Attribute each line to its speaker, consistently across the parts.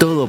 Speaker 1: Todo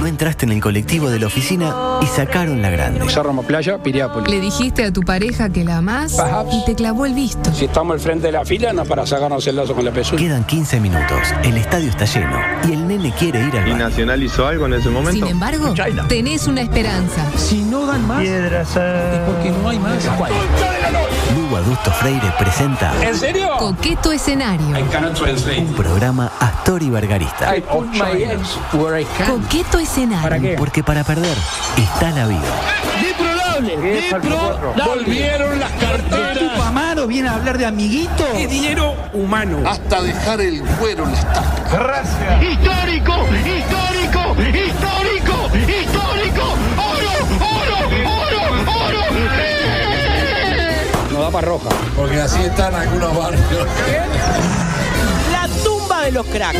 Speaker 1: No entraste en el colectivo de la oficina y sacaron la grande.
Speaker 2: Cerro Playa, Piriápolis.
Speaker 3: Le dijiste a tu pareja que la amás
Speaker 2: Perhaps.
Speaker 3: y te clavó el visto.
Speaker 2: Si estamos al frente de la fila, no para sacarnos el lazo con la pezuña.
Speaker 1: Quedan 15 minutos, el estadio está lleno y el nene quiere ir al
Speaker 4: ¿Y
Speaker 1: baño.
Speaker 4: Nacional hizo algo en ese momento?
Speaker 3: Sin embargo, tenés una esperanza.
Speaker 1: Lugo Adusto Freire presenta
Speaker 2: ¿En serio?
Speaker 3: Coqueto escenario.
Speaker 2: I cannot translate.
Speaker 1: un programa Astor y Bargarista.
Speaker 2: I put my hands where I can.
Speaker 3: Coqueto escenario.
Speaker 1: Porque para perder está la vida.
Speaker 2: Volvieron las carteras.
Speaker 5: Amaro viene a hablar de amiguito.
Speaker 2: Es dinero humano.
Speaker 6: hasta dejar el cuero en la estaca.
Speaker 7: histórico, histórico, histórico, histórico, oro, oro, oro, oro. ¡Sí!
Speaker 2: Nos da para roja.
Speaker 6: Porque así están algunos barrios.
Speaker 5: La tumba de los cracks.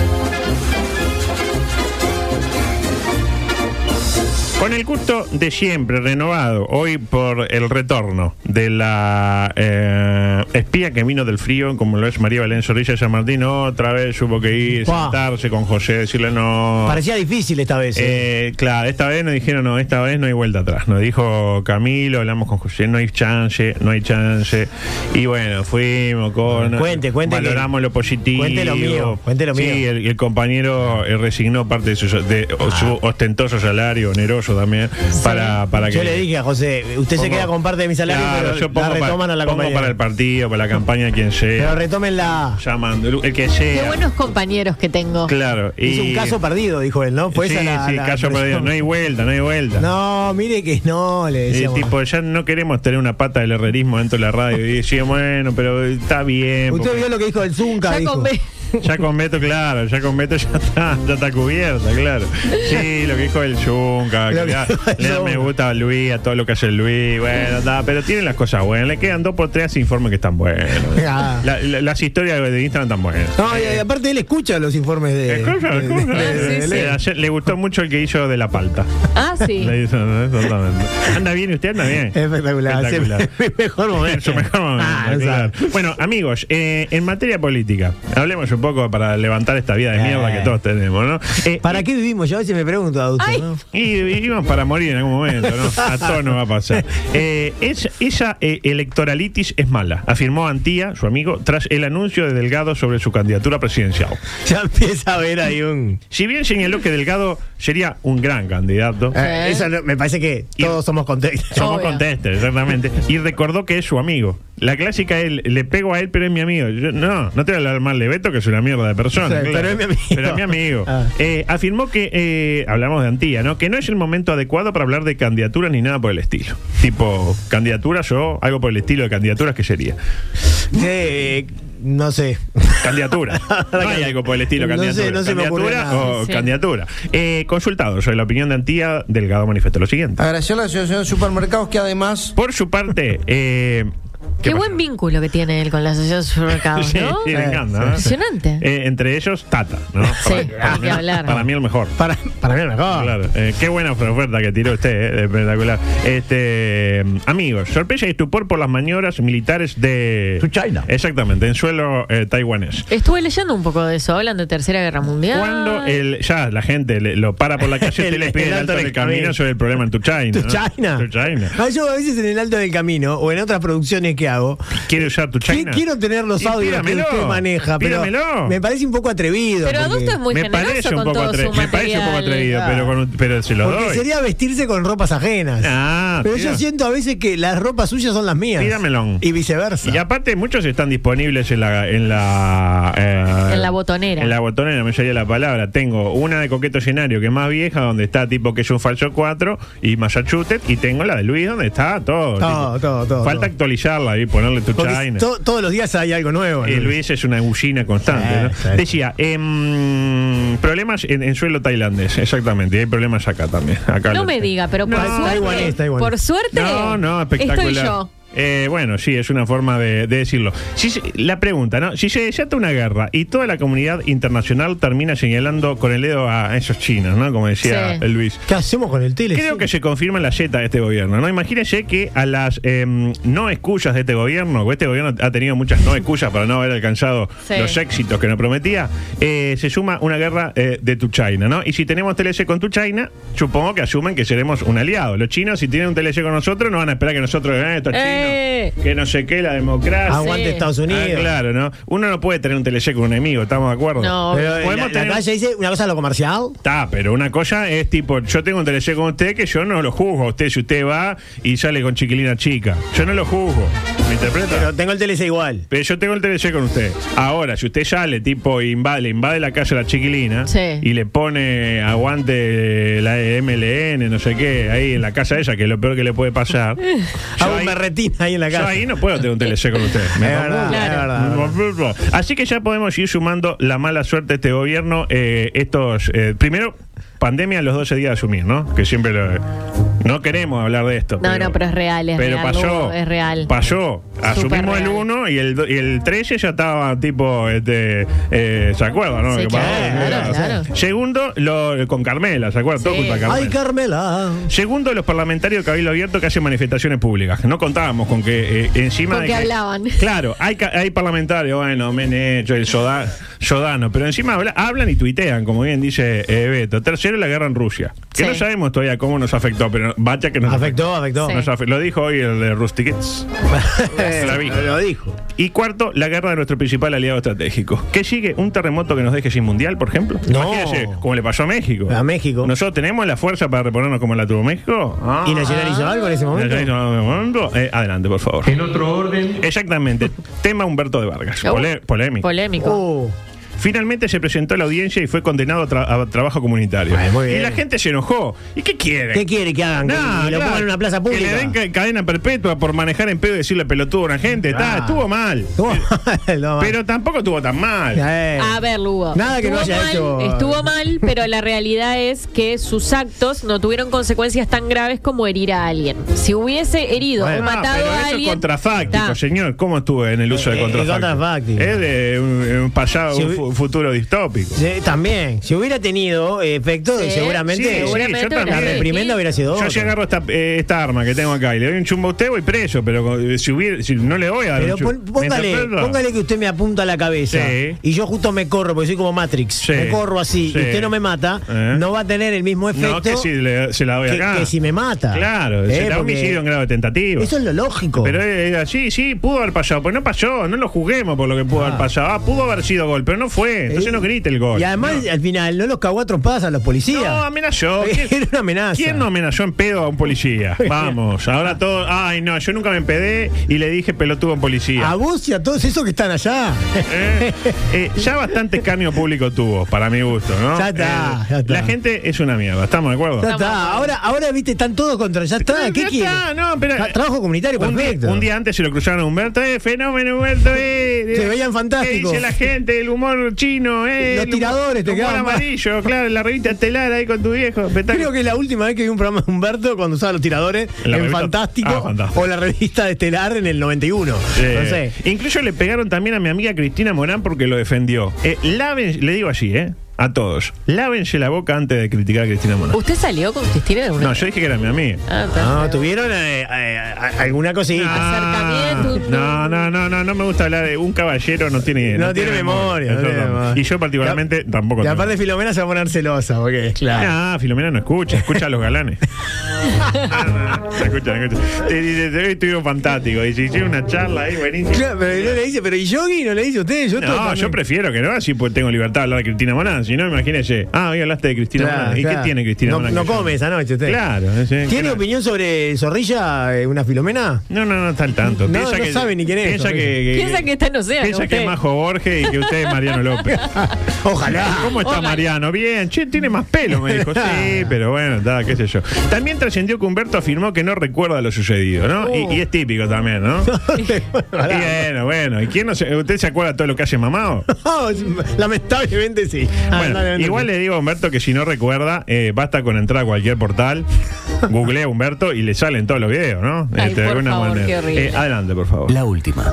Speaker 8: Con el gusto de siempre, renovado, hoy por el retorno de la eh, espía que vino del frío, como lo es María Valencia Orilla San Martín, otra vez hubo que ir,
Speaker 5: Pa.
Speaker 8: sentarse con José, decirle no.
Speaker 5: Parecía difícil esta vez. ¿eh?
Speaker 8: Eh, claro, esta vez nos dijeron, no, esta vez no hay vuelta atrás. Nos dijo Camilo, hablamos con José, no hay chance, no hay chance. Y bueno, fuimos con...
Speaker 5: Cuente, cuente
Speaker 8: Valoramos
Speaker 5: que-
Speaker 8: lo positivo.
Speaker 5: cuente lo mío, cuente lo
Speaker 8: Sí,
Speaker 5: mío. Ah.
Speaker 8: el, el compañero eh, resignó parte de su, de- o su ostentoso salario, oneroso también, para, para que...
Speaker 5: Yo le dije a José, usted se
Speaker 8: Pongo-
Speaker 5: queda con parte de mi salario,
Speaker 8: Claro,
Speaker 5: pero
Speaker 8: yo
Speaker 5: la
Speaker 8: pongo para-
Speaker 5: retoman a la
Speaker 8: pongo
Speaker 5: compañía.
Speaker 8: para el partido, para la campaña, quien
Speaker 5: Pero
Speaker 8: sea.
Speaker 5: retomen la.
Speaker 8: Llamando, el, el que sea.
Speaker 9: Qué buenos compañeros que tengo.
Speaker 8: Claro.
Speaker 5: Hizo un caso perdido, dijo él, ¿no? Fue
Speaker 8: sí,
Speaker 5: esa la-
Speaker 8: sí,
Speaker 5: la
Speaker 8: caso perdido.
Speaker 5: impresión.
Speaker 8: No hay vuelta, no hay vuelta.
Speaker 5: No, mire que no, le
Speaker 8: Eh,
Speaker 5: decíamos.
Speaker 8: tipo, ya no queremos tener una pata del herrerismo dentro de la radio. Y decía, bueno, pero está bien.
Speaker 5: Usted
Speaker 8: porque
Speaker 5: vio lo que dijo el Zunca.
Speaker 9: Ya
Speaker 5: dijo.
Speaker 9: con B.
Speaker 8: Ya con Beto, claro, ya con Beto ya está, ya está cubierta, claro. Sí, lo que dijo el Chunca,
Speaker 5: Lo
Speaker 8: que
Speaker 5: que
Speaker 8: le da-
Speaker 5: dijo el
Speaker 8: le da me
Speaker 5: Chunca.
Speaker 8: gusta a Luis, a todo lo que hace el Luis, bueno, está, pero tiene las cosas buenas. Le quedan dos por tres así informes que están buenos.
Speaker 5: Ah.
Speaker 8: La- la- las historias de Instagram están buenas.
Speaker 5: No, y, y aparte él escucha los informes de.
Speaker 8: Escucha,
Speaker 5: de-
Speaker 8: escucha.
Speaker 5: de- de- de-
Speaker 8: Eh, ayer Le gustó mucho el que hizo de la palta.
Speaker 9: Ah, sí.
Speaker 8: Le hizo, ¿no? Exactamente. Anda bien, ¿y usted anda bien.
Speaker 5: Espectacular.
Speaker 8: Espectacular.
Speaker 5: Sí, mi mejor momento.
Speaker 8: En su mejor momento,
Speaker 5: Ah,
Speaker 8: claro.
Speaker 5: exacto.
Speaker 8: Bueno, amigos, eh, en materia política, hablemos un poco para levantar esta vida de
Speaker 5: Eh.
Speaker 8: mierda que todos tenemos, ¿no? Eh,
Speaker 5: ¿Para qué vivimos? Yo a veces me pregunto, Augusto,
Speaker 9: Ay.
Speaker 5: ¿no?
Speaker 8: y y íbamos para morir en algún momento, ¿no? A todos nos va a pasar. Eh, es- esa eh, electoralitis es mala, afirmó Antía, su amigo, tras el anuncio de Delgado sobre su candidatura presidencial.
Speaker 5: Ya empieza a haber ahí un.
Speaker 8: Si bien señaló que Delgado sería un gran candidato,
Speaker 5: Eh, eso no- me parece que
Speaker 8: Y-
Speaker 5: todos somos contentos.
Speaker 8: Somos
Speaker 9: Obvio.
Speaker 8: contestes, exactamente. Y recordó que es su amigo. La clásica es, le pego a él, pero es mi amigo. Yo, no, no te voy a hablar mal de Beto, que es una mierda de persona.
Speaker 5: Sí,
Speaker 8: claro.
Speaker 5: pero es mi amigo.
Speaker 8: Pero es mi amigo.
Speaker 5: Ah.
Speaker 8: Eh, afirmó que, eh, hablamos de Antía, ¿no? Que no es el momento adecuado para hablar de candidaturas ni nada por el estilo. Tipo, candidaturas o algo por el estilo de candidaturas, ¿qué sería?
Speaker 5: Sí, eh, no sé.
Speaker 8: Candidatura. No hay algo por el estilo,
Speaker 5: No sé,
Speaker 8: candidatura.
Speaker 5: no se me ocurre
Speaker 8: candidatura
Speaker 5: nada.
Speaker 8: o
Speaker 9: Sí.
Speaker 8: candidatura. Eh, consultado sobre la opinión de Antía, Delgado manifestó lo siguiente.
Speaker 10: Agradecer a la Asociación de Supermercados que además...
Speaker 8: Por su parte, eh,
Speaker 9: Qué
Speaker 8: pasa?
Speaker 9: buen vínculo que tiene él con la asociación de supermercados,
Speaker 8: Sí,
Speaker 9: ¿no?
Speaker 8: sí, me
Speaker 5: Eh, sí.
Speaker 8: encanta, ¿no?
Speaker 9: Impresionante.
Speaker 8: Eh, entre ellos, Tata, ¿no?
Speaker 9: Sí, hay que
Speaker 8: mí,
Speaker 9: hablar.
Speaker 8: para mí el mejor.
Speaker 5: Para, para mí es mejor.
Speaker 8: Claro. Eh, qué buena oferta que tiró usted, eh, espectacular. Este, amigos, sorpresa y estupor por las maniobras militares de
Speaker 5: To China.
Speaker 8: Eh, Exactamente, en suelo eh, taiwanés.
Speaker 9: Estuve leyendo un poco de eso, hablan de Tercera Guerra Mundial.
Speaker 8: Cuando el, ya la gente le- lo para por la calle, usted
Speaker 5: El-
Speaker 8: le pide
Speaker 5: el
Speaker 8: el
Speaker 5: alto
Speaker 8: alto en el
Speaker 5: del
Speaker 8: camino
Speaker 5: camino.
Speaker 8: sobre el problema en Tu China.
Speaker 5: ¿Tu
Speaker 8: ¿no?
Speaker 5: China?
Speaker 8: Tu China.
Speaker 5: Ah, yo a veces en el alto del camino o en otras producciones que hago,
Speaker 8: ¿Quiere usar Tu
Speaker 5: qui-
Speaker 8: China?
Speaker 5: quiero tener los
Speaker 8: Y
Speaker 5: audios que
Speaker 8: pídamelo,
Speaker 5: usted maneja, pero
Speaker 8: pídamelo.
Speaker 5: me parece un poco atrevido.
Speaker 9: Pero
Speaker 5: porque-
Speaker 9: Adusto es muy
Speaker 8: me
Speaker 9: generoso
Speaker 8: parece un
Speaker 9: con
Speaker 8: poco
Speaker 9: todo
Speaker 8: atre-
Speaker 9: su
Speaker 8: me parece un poco
Speaker 9: material.
Speaker 8: atrevido,
Speaker 9: Ah.
Speaker 8: pero, con un- pero se lo
Speaker 5: Porque
Speaker 8: doy.
Speaker 5: sería vestirse con ropas ajenas.
Speaker 8: Ah,
Speaker 5: pero
Speaker 8: mira.
Speaker 5: yo siento a veces que las ropas suyas son las mías.
Speaker 8: Pídamelón.
Speaker 5: Y viceversa.
Speaker 8: Y aparte muchos están disponibles en la en la eh,
Speaker 9: En la botonera.
Speaker 8: En la botonera, me salía la palabra. Tengo una de Coqueto Escenario que es más vieja donde está tipo que es un falso 4 y Massachusetts y tengo la de Luis donde está todo.
Speaker 5: Todo,
Speaker 8: tipo.
Speaker 5: todo, todo,
Speaker 8: Falta
Speaker 5: todo.
Speaker 8: actualizarla y ponerle tu
Speaker 5: Porque
Speaker 8: china.
Speaker 5: to- todos los días hay algo nuevo.
Speaker 8: Eh,
Speaker 5: ¿no?
Speaker 8: Luis es una bullina constante.
Speaker 5: Sí,
Speaker 8: ¿no?
Speaker 5: sí.
Speaker 8: Decía, em, problemas en, en suelo tailandés, exactamente. y hay problemas acá también. Acá
Speaker 9: No
Speaker 8: lo-
Speaker 9: me diga, pero por
Speaker 8: No,
Speaker 9: suerte,
Speaker 5: taiwanés, taiwanés.
Speaker 9: por suerte
Speaker 8: No, no, espectacular.
Speaker 9: estoy yo.
Speaker 8: Eh, bueno, sí, es una forma de, de decirlo. Si se- la pregunta, ¿no? Si se desata una guerra y toda la comunidad internacional termina señalando con el dedo a esos chinos, ¿no? Como decía
Speaker 9: Sí.
Speaker 8: el Luis.
Speaker 5: ¿Qué hacemos con el tele?
Speaker 8: Creo que se confirma la yeta de este gobierno, ¿no? Imagínese que a las em, no excusas de este gobierno, o este gobierno ha tenido muchas no excusas para no haber alcanzado
Speaker 9: Sí.
Speaker 8: los éxitos que nos prometía, eh, se suma una guerra eh, de tu China, ¿no? Y si tenemos TLC con tu China, supongo que asumen que seremos un aliado. Los chinos, si tienen un TLC con nosotros, no van a esperar que nosotros, eh, estos
Speaker 9: Eh.
Speaker 8: chinos, que no sé qué, la democracia.
Speaker 5: Aguante
Speaker 9: Sí.
Speaker 5: Estados
Speaker 8: Ah,
Speaker 5: Unidos.
Speaker 8: claro, ¿no? Uno no puede tener un TLC con un enemigo, ¿estamos de acuerdo?
Speaker 9: No,
Speaker 5: Pero, eh,
Speaker 8: Podemos
Speaker 5: la,
Speaker 8: tener-
Speaker 5: la calle dice una cosa es lo comercial.
Speaker 8: Está, pero una cosa es tipo, yo tengo un telecé con usted que yo no lo juzgo. a Usted, si usted va y sale con chiquilina chica, yo no lo juzgo. ¿Me interpreta?
Speaker 5: Pero
Speaker 8: Pero,
Speaker 5: tengo el TLC igual.
Speaker 8: yo tengo el telecé con usted. Ahora, si usted sale, tipo, e invade, le invade la casa a la chiquilina
Speaker 9: Sí.
Speaker 8: y le pone aguante la MLN, no sé qué, ahí en la casa esa, que es lo peor que le puede pasar. yo,
Speaker 5: Hago un
Speaker 8: ahí,
Speaker 5: berretín ahí en la
Speaker 8: yo
Speaker 5: casa.
Speaker 8: ahí no puedo tener un telecé con usted.
Speaker 5: Es
Speaker 8: Me
Speaker 5: verdad,
Speaker 8: confunde.
Speaker 5: es
Speaker 9: Claro.
Speaker 5: verdad, es verdad.
Speaker 8: Así que ya podemos ir sumando la mala suerte de este gobierno. eh, estos, eh, primero, pandemia a los 12 días de asumir, ¿no? Que siempre lo. No queremos hablar de esto.
Speaker 9: No, no, pero es real, es
Speaker 8: pero
Speaker 9: real,
Speaker 8: pasó.
Speaker 9: Hugo, es real.
Speaker 8: Pasó. Asumimos el
Speaker 9: real.
Speaker 8: 1 y el, do- y el 13 ya estaba tipo. Este, eh, ¿Se acuerdan, no?
Speaker 9: Sí,
Speaker 8: Que
Speaker 9: claro,
Speaker 8: pasó,
Speaker 9: claro, claro.
Speaker 8: Segundo, lo, con Carmela, ¿se acuerdan? Todo
Speaker 9: Sí.
Speaker 8: culpa de Carmela.
Speaker 5: Ay, Carmela.
Speaker 8: Segundo, los parlamentarios de Cabildo Abierto que hacen manifestaciones públicas. No contábamos con que eh, encima.
Speaker 9: Con
Speaker 8: de
Speaker 9: que hablaban.
Speaker 8: Claro, hay, ca- hay parlamentarios, bueno, Menecho, el Soda- Sodano, pero encima habla- hablan y tuitean, como bien dice eh, Beto. Tercero, la guerra en Rusia. Que
Speaker 9: Sí.
Speaker 8: no sabemos todavía cómo nos afectó, pero vaya que nos
Speaker 5: Afectó, afectó.
Speaker 9: Sí.
Speaker 8: Nos afe- lo dijo hoy el de Rustiquets. la vi.
Speaker 5: Lo dijo.
Speaker 8: Y cuarto, la guerra de nuestro principal aliado estratégico. ¿Qué sigue? ¿Un terremoto que nos deje sin mundial, por ejemplo?
Speaker 5: No.
Speaker 8: Imagínese, como le pasó a México.
Speaker 5: A México.
Speaker 8: ¿Nosotros tenemos la fuerza para reponernos como la tuvo México? Ah.
Speaker 5: ¿Y Nacional hizo algo en ese momento?
Speaker 8: Eh, adelante, por favor. En otro orden. Exactamente. Tema Humberto de Vargas.
Speaker 9: Uh,
Speaker 8: Pole- polémico.
Speaker 9: Polémico.
Speaker 5: Oh.
Speaker 8: Finalmente se presentó a la audiencia y fue condenado a, tra- a trabajo comunitario.
Speaker 5: Ay, muy bien.
Speaker 8: Y la gente se enojó. ¿Y qué quiere?
Speaker 5: ¿Qué quiere que hagan?
Speaker 8: Nah,
Speaker 5: que lo
Speaker 8: claro,
Speaker 5: pongan en una plaza
Speaker 8: Que le
Speaker 5: pública.
Speaker 8: den ca- cadena perpetua por manejar en pedo y decirle pelotudo a una gente. Está,
Speaker 5: Ah.
Speaker 8: estuvo mal.
Speaker 5: Estuvo mal, no, mal.
Speaker 8: Pero tampoco estuvo tan mal.
Speaker 5: Eh.
Speaker 9: A ver, Lugo.
Speaker 5: Nada que no
Speaker 9: Estuvo
Speaker 5: haya
Speaker 9: mal,
Speaker 5: hecho-
Speaker 9: Estuvo mal, pero la realidad es que sus actos no tuvieron consecuencias tan graves como herir a alguien. Si hubiese herido
Speaker 8: Bueno,
Speaker 9: o matado
Speaker 8: Ah, pero
Speaker 9: a
Speaker 8: eso
Speaker 9: alguien.
Speaker 8: es contrafáctico,
Speaker 9: Ta.
Speaker 8: señor. ¿Cómo estuve en el uso
Speaker 5: Eh,
Speaker 8: de
Speaker 5: eh,
Speaker 8: contrafáctico?
Speaker 5: contrafáctico.
Speaker 8: Es de un, un pasado,
Speaker 5: Si
Speaker 8: un
Speaker 5: hubi-
Speaker 8: fu- futuro distópico.
Speaker 5: Sí, también, si hubiera tenido eh, efecto,
Speaker 9: Sí,
Speaker 5: seguramente,
Speaker 8: sí,
Speaker 9: seguramente
Speaker 8: yo
Speaker 9: hubiera
Speaker 8: también.
Speaker 5: la
Speaker 9: sido
Speaker 5: reprimenda
Speaker 9: distinto.
Speaker 5: hubiera sido
Speaker 8: Yo
Speaker 5: otra.
Speaker 8: si agarro esta, eh, esta arma que tengo acá y le doy un chumbo a usted, voy preso, pero eh, si, hubiera- si no le voy a dar
Speaker 5: Pero
Speaker 8: un chumbo.
Speaker 5: pon-
Speaker 8: ¿Me
Speaker 5: póngale,
Speaker 8: interpreta?
Speaker 5: póngale que usted me apunta a la cabeza
Speaker 8: Sí.
Speaker 5: y yo justo me corro, porque soy como Matrix,
Speaker 8: Sí.
Speaker 5: me corro así
Speaker 8: Sí.
Speaker 5: y usted no me mata,
Speaker 8: Eh.
Speaker 5: no va a tener el mismo efecto
Speaker 8: No, que si le- se la doy
Speaker 5: que-
Speaker 8: acá.
Speaker 5: que si me mata.
Speaker 8: Claro,
Speaker 5: Eh,
Speaker 8: será
Speaker 5: porque
Speaker 8: homicidio en grado de tentativa.
Speaker 5: Eso es lo lógico.
Speaker 8: Pero eh, era, sí, sí, pudo haber pasado. Pues no pasó, no lo juguemos por lo que pudo haber pasado. Ah, pudo haber sido gol, pero no fue. Entonces
Speaker 5: Eh,
Speaker 8: no grite el gol.
Speaker 5: Y además, eh, al final, no los cagó a trompadas a los policías.
Speaker 8: No, amenazó. ¿Quién-
Speaker 5: Era una amenaza.
Speaker 8: ¿Quién no amenazó en pedo a un policía? Vamos, ahora todo. Ay, no, yo nunca me empedé y le dije pelotudo a un policía.
Speaker 5: A vos y a todos esos que están allá.
Speaker 8: Eh, eh, ya bastante cambio público tuvo, para mi gusto, ¿no?
Speaker 5: Ya está,
Speaker 8: Eh,
Speaker 5: ya está.
Speaker 8: La gente es una mierda, ¿estamos de acuerdo?
Speaker 5: Ya está. Ahora, ahora, viste, están todos contra. Ya está. ¿Qué
Speaker 8: Ya
Speaker 5: quiere?
Speaker 8: está, no, pero-
Speaker 5: Tra- Trabajo comunitario,
Speaker 8: Un día,
Speaker 5: perfecto.
Speaker 8: un día antes se lo cruzaron a Humberto, eh, fenómeno Humberto, eh.
Speaker 5: Se
Speaker 8: eh,
Speaker 5: veían fantásticos.
Speaker 8: ¿Qué dice la gente? El humor chino, eh.
Speaker 5: Los
Speaker 8: el humor-
Speaker 5: tiradores, te
Speaker 8: el humor
Speaker 5: quedaban mal.
Speaker 8: amarillo, claro, la revista telar ahí con tu viejo. espectáculo.
Speaker 5: Creo que es la última vez que vi un programa de Humberto cuando usaba los tiradores
Speaker 8: En la
Speaker 5: en
Speaker 8: revista-
Speaker 5: Fantástico,
Speaker 8: Ah, Fantástico.
Speaker 5: o la revista de Estelar en el 91.
Speaker 8: Eh,
Speaker 5: no sé.
Speaker 8: Incluso le pegaron también a mi amiga Cristina Morán porque lo defendió. Eh, laven- le digo así, ¿eh? A todos. Lávense la boca antes de criticar a Cristina Morán.
Speaker 9: ¿Usted salió con Cristina en alguna
Speaker 8: No, yo dije que era mi amiga.
Speaker 9: Ah, está.
Speaker 5: No, tuvieron eh, eh, a- alguna cosita.
Speaker 8: Ah,
Speaker 9: Ah. Acercamiento,
Speaker 8: No, no, no, no, no me gusta hablar de un caballero no tiene
Speaker 5: No tiene memoria, no
Speaker 8: Eso
Speaker 5: tiene
Speaker 8: no.
Speaker 5: memoria.
Speaker 8: Y yo particularmente
Speaker 5: Y a-
Speaker 8: tampoco.
Speaker 5: y
Speaker 8: tengo.
Speaker 5: aparte Filomena se va a poner celosa, porque claro.
Speaker 8: Ah, Filomena no escucha, escucha a los galanes. No, no, no, no escucha, no escucha. Te dice, te estuvo fantástico. Y si hicieron una charla ahí, buenísima.
Speaker 5: Claro, pero no le dice, pero ¿y Yogi no le dice a usted? Yo
Speaker 8: No,
Speaker 5: totalmente-
Speaker 8: yo prefiero que no, así pues tengo libertad de hablar de Cristina Monán. Si no, imagínese. Ah, hoy hablaste de Cristina
Speaker 5: Claro,
Speaker 8: Monán. ¿Y
Speaker 5: claro.
Speaker 8: qué tiene Cristina
Speaker 5: No,
Speaker 8: Monán?
Speaker 5: no
Speaker 8: que yo-
Speaker 5: come esa noche usted.
Speaker 8: Claro. sí,
Speaker 5: ¿Tiene
Speaker 8: claro.
Speaker 5: opinión sobre Zorrilla, eh, una Filomena?
Speaker 8: No, no, no está al tanto.
Speaker 5: No, no sabe ni quién es,
Speaker 8: Piensa que,
Speaker 5: hombre.
Speaker 8: que-
Speaker 9: Piensa que está en Océano,
Speaker 8: Piensa que
Speaker 9: usted.
Speaker 8: es Majo Borges y que usted es Mariano López.
Speaker 5: Ojalá.
Speaker 8: ¿Cómo está
Speaker 9: Ojalá.
Speaker 8: Mariano? Bien, che, tiene más pelo, me dijo. Sí, pero bueno, está, qué sé yo. También trascendió que Humberto afirmó que no recuerda lo sucedido, ¿no? Y, y es típico también, ¿no? Y eh, bueno, bueno. ¿Y quién no se, ¿Usted se acuerda todo lo que hace mamado?
Speaker 5: No, Oh, lamentablemente sí. Ah,
Speaker 8: Bueno,
Speaker 5: Lamentablemente.
Speaker 8: igual le digo a Humberto que si no recuerda, eh, basta con entrar a cualquier portal Googlea Humberto y le salen todos los videos, ¿no? Este,
Speaker 9: Ay, por favor, qué horrible.
Speaker 8: Eh, adelante, por favor.
Speaker 1: La última.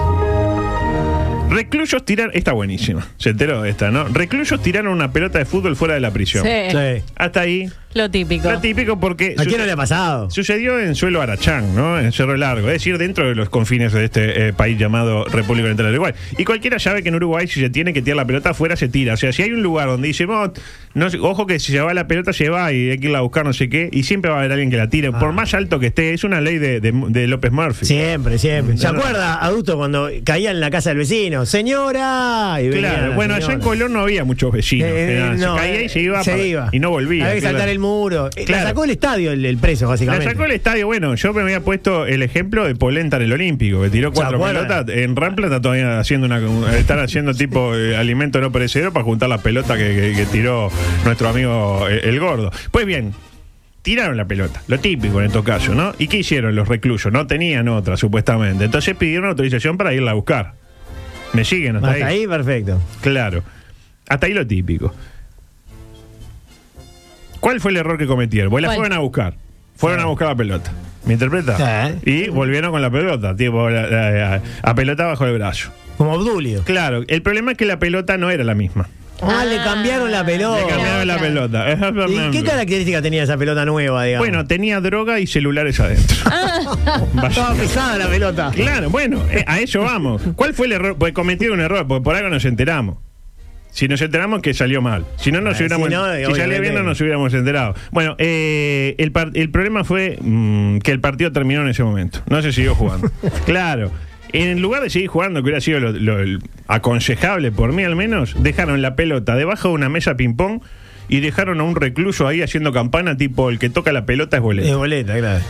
Speaker 8: Recluyos tiraron. Está buenísima. Se enteró de esta, ¿no? Recluyos tiraron una pelota de fútbol fuera de la prisión.
Speaker 5: Sí.
Speaker 8: Hasta ahí.
Speaker 9: Lo típico.
Speaker 8: Lo típico porque.
Speaker 5: ¿A quién
Speaker 8: suce-
Speaker 5: no le ha pasado?
Speaker 8: Sucedió en suelo Arachán, ¿no? En Cerro Largo, es decir, dentro de los confines de este eh, país llamado República Oriental del Uruguay. Y cualquiera sabe que en Uruguay, si se tiene que tirar la pelota afuera, se tira. O sea, si hay un lugar donde dice, "Vos, no, sé, ojo que si se va la pelota, se va y hay que irla a buscar, no sé qué, y siempre va a haber alguien que la tire,
Speaker 5: Ah.
Speaker 8: por más alto que esté. Es una ley de, de- de López Murphy.
Speaker 5: Siempre, siempre. ¿Se
Speaker 8: No, no.
Speaker 5: acuerda, adulto, cuando caía en la casa del vecino? ¡Señora! Y venía
Speaker 8: Claro,
Speaker 5: la
Speaker 8: bueno, allá en
Speaker 5: señora.
Speaker 8: Colón no había muchos vecinos.
Speaker 5: Eh,
Speaker 8: Era,
Speaker 5: no, eh,
Speaker 8: se caía y se iba,
Speaker 5: se
Speaker 8: para-
Speaker 5: iba.
Speaker 8: y no volvía.
Speaker 5: Había que
Speaker 8: claro.
Speaker 5: saltar el muro. Eh,
Speaker 8: Claro.
Speaker 5: La sacó el estadio el, el preso,
Speaker 8: La
Speaker 5: básicamente.
Speaker 8: sacó el estadio. Bueno, yo me había puesto el ejemplo de Polenta en el Olímpico, que tiró cuatro
Speaker 5: ¿Se acuerdan?
Speaker 8: pelotas. En Rampla está todavía haciendo una. Están haciendo tipo eh, alimento no perecedero para juntar las pelotas que, que- que tiró nuestro amigo eh, el gordo. Pues bien. Tiraron la pelota, lo típico en estos casos, ¿no? ¿Y qué hicieron los recluyos? No tenían otra, supuestamente. Entonces pidieron autorización para irla a buscar. ¿Me siguen hasta,
Speaker 5: Hasta ahí, perfecto.
Speaker 8: Claro. Hasta ahí lo típico. ¿Cuál fue el error que cometieron? Pues la
Speaker 9: ¿Cuál?
Speaker 8: fueron a buscar. Fueron a buscar la pelota. ¿Me interpreta?
Speaker 5: Sí.
Speaker 8: Y volvieron con la pelota, tipo, la- la- la- a pelota bajo el brazo.
Speaker 5: Como Obdulio.
Speaker 8: Claro, el problema es que la pelota no era la misma.
Speaker 5: Ah, le cambiaron la pelota.
Speaker 8: Le cambiaron la
Speaker 9: claro.
Speaker 8: pelota.
Speaker 5: Ah, ¿Y qué característica tenía esa pelota nueva, digamos?
Speaker 8: Bueno, tenía droga y celulares adentro.
Speaker 5: Ah. estaba
Speaker 8: Básicamente.
Speaker 5: pesada la pelota.
Speaker 8: Claro, bueno, eh, a eso vamos. ¿Cuál fue el error? Pues cometieron un error, porque por algo nos enteramos. Si nos enteramos que salió mal. Si no nos
Speaker 5: Ah,
Speaker 8: hubiéramos.
Speaker 5: si no,
Speaker 8: si salía
Speaker 5: obviamente.
Speaker 8: bien, no nos hubiéramos enterado. Bueno, eh, el, par- el problema fue mm, que el partido terminó en ese momento. No se siguió jugando. claro. En lugar de seguir jugando, que hubiera sido lo, lo- el aconsejable por mí al menos, dejaron la pelota debajo de una mesa ping-pong y dejaron a un recluso ahí haciendo campana, tipo el que toca la pelota es boleto.
Speaker 5: De boleta, claro.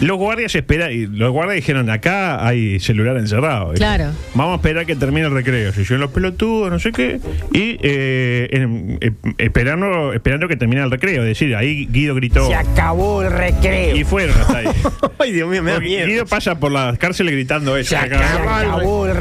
Speaker 8: Los guardias espera, y los guardias dijeron, acá hay celular encerrado.
Speaker 9: Claro.
Speaker 8: Vamos a esperar que termine el recreo. Se hicieron los pelotudos, no sé qué. Y eh, em, em, esperando, esperando que termine el recreo. Es decir, ahí Guido gritó. Se acabó el recreo. Y fueron hasta ahí.
Speaker 5: Ay, Dios mío, me da
Speaker 8: Porque
Speaker 5: miedo.
Speaker 8: Guido pasa por las cárceles gritando eso. Se acabó el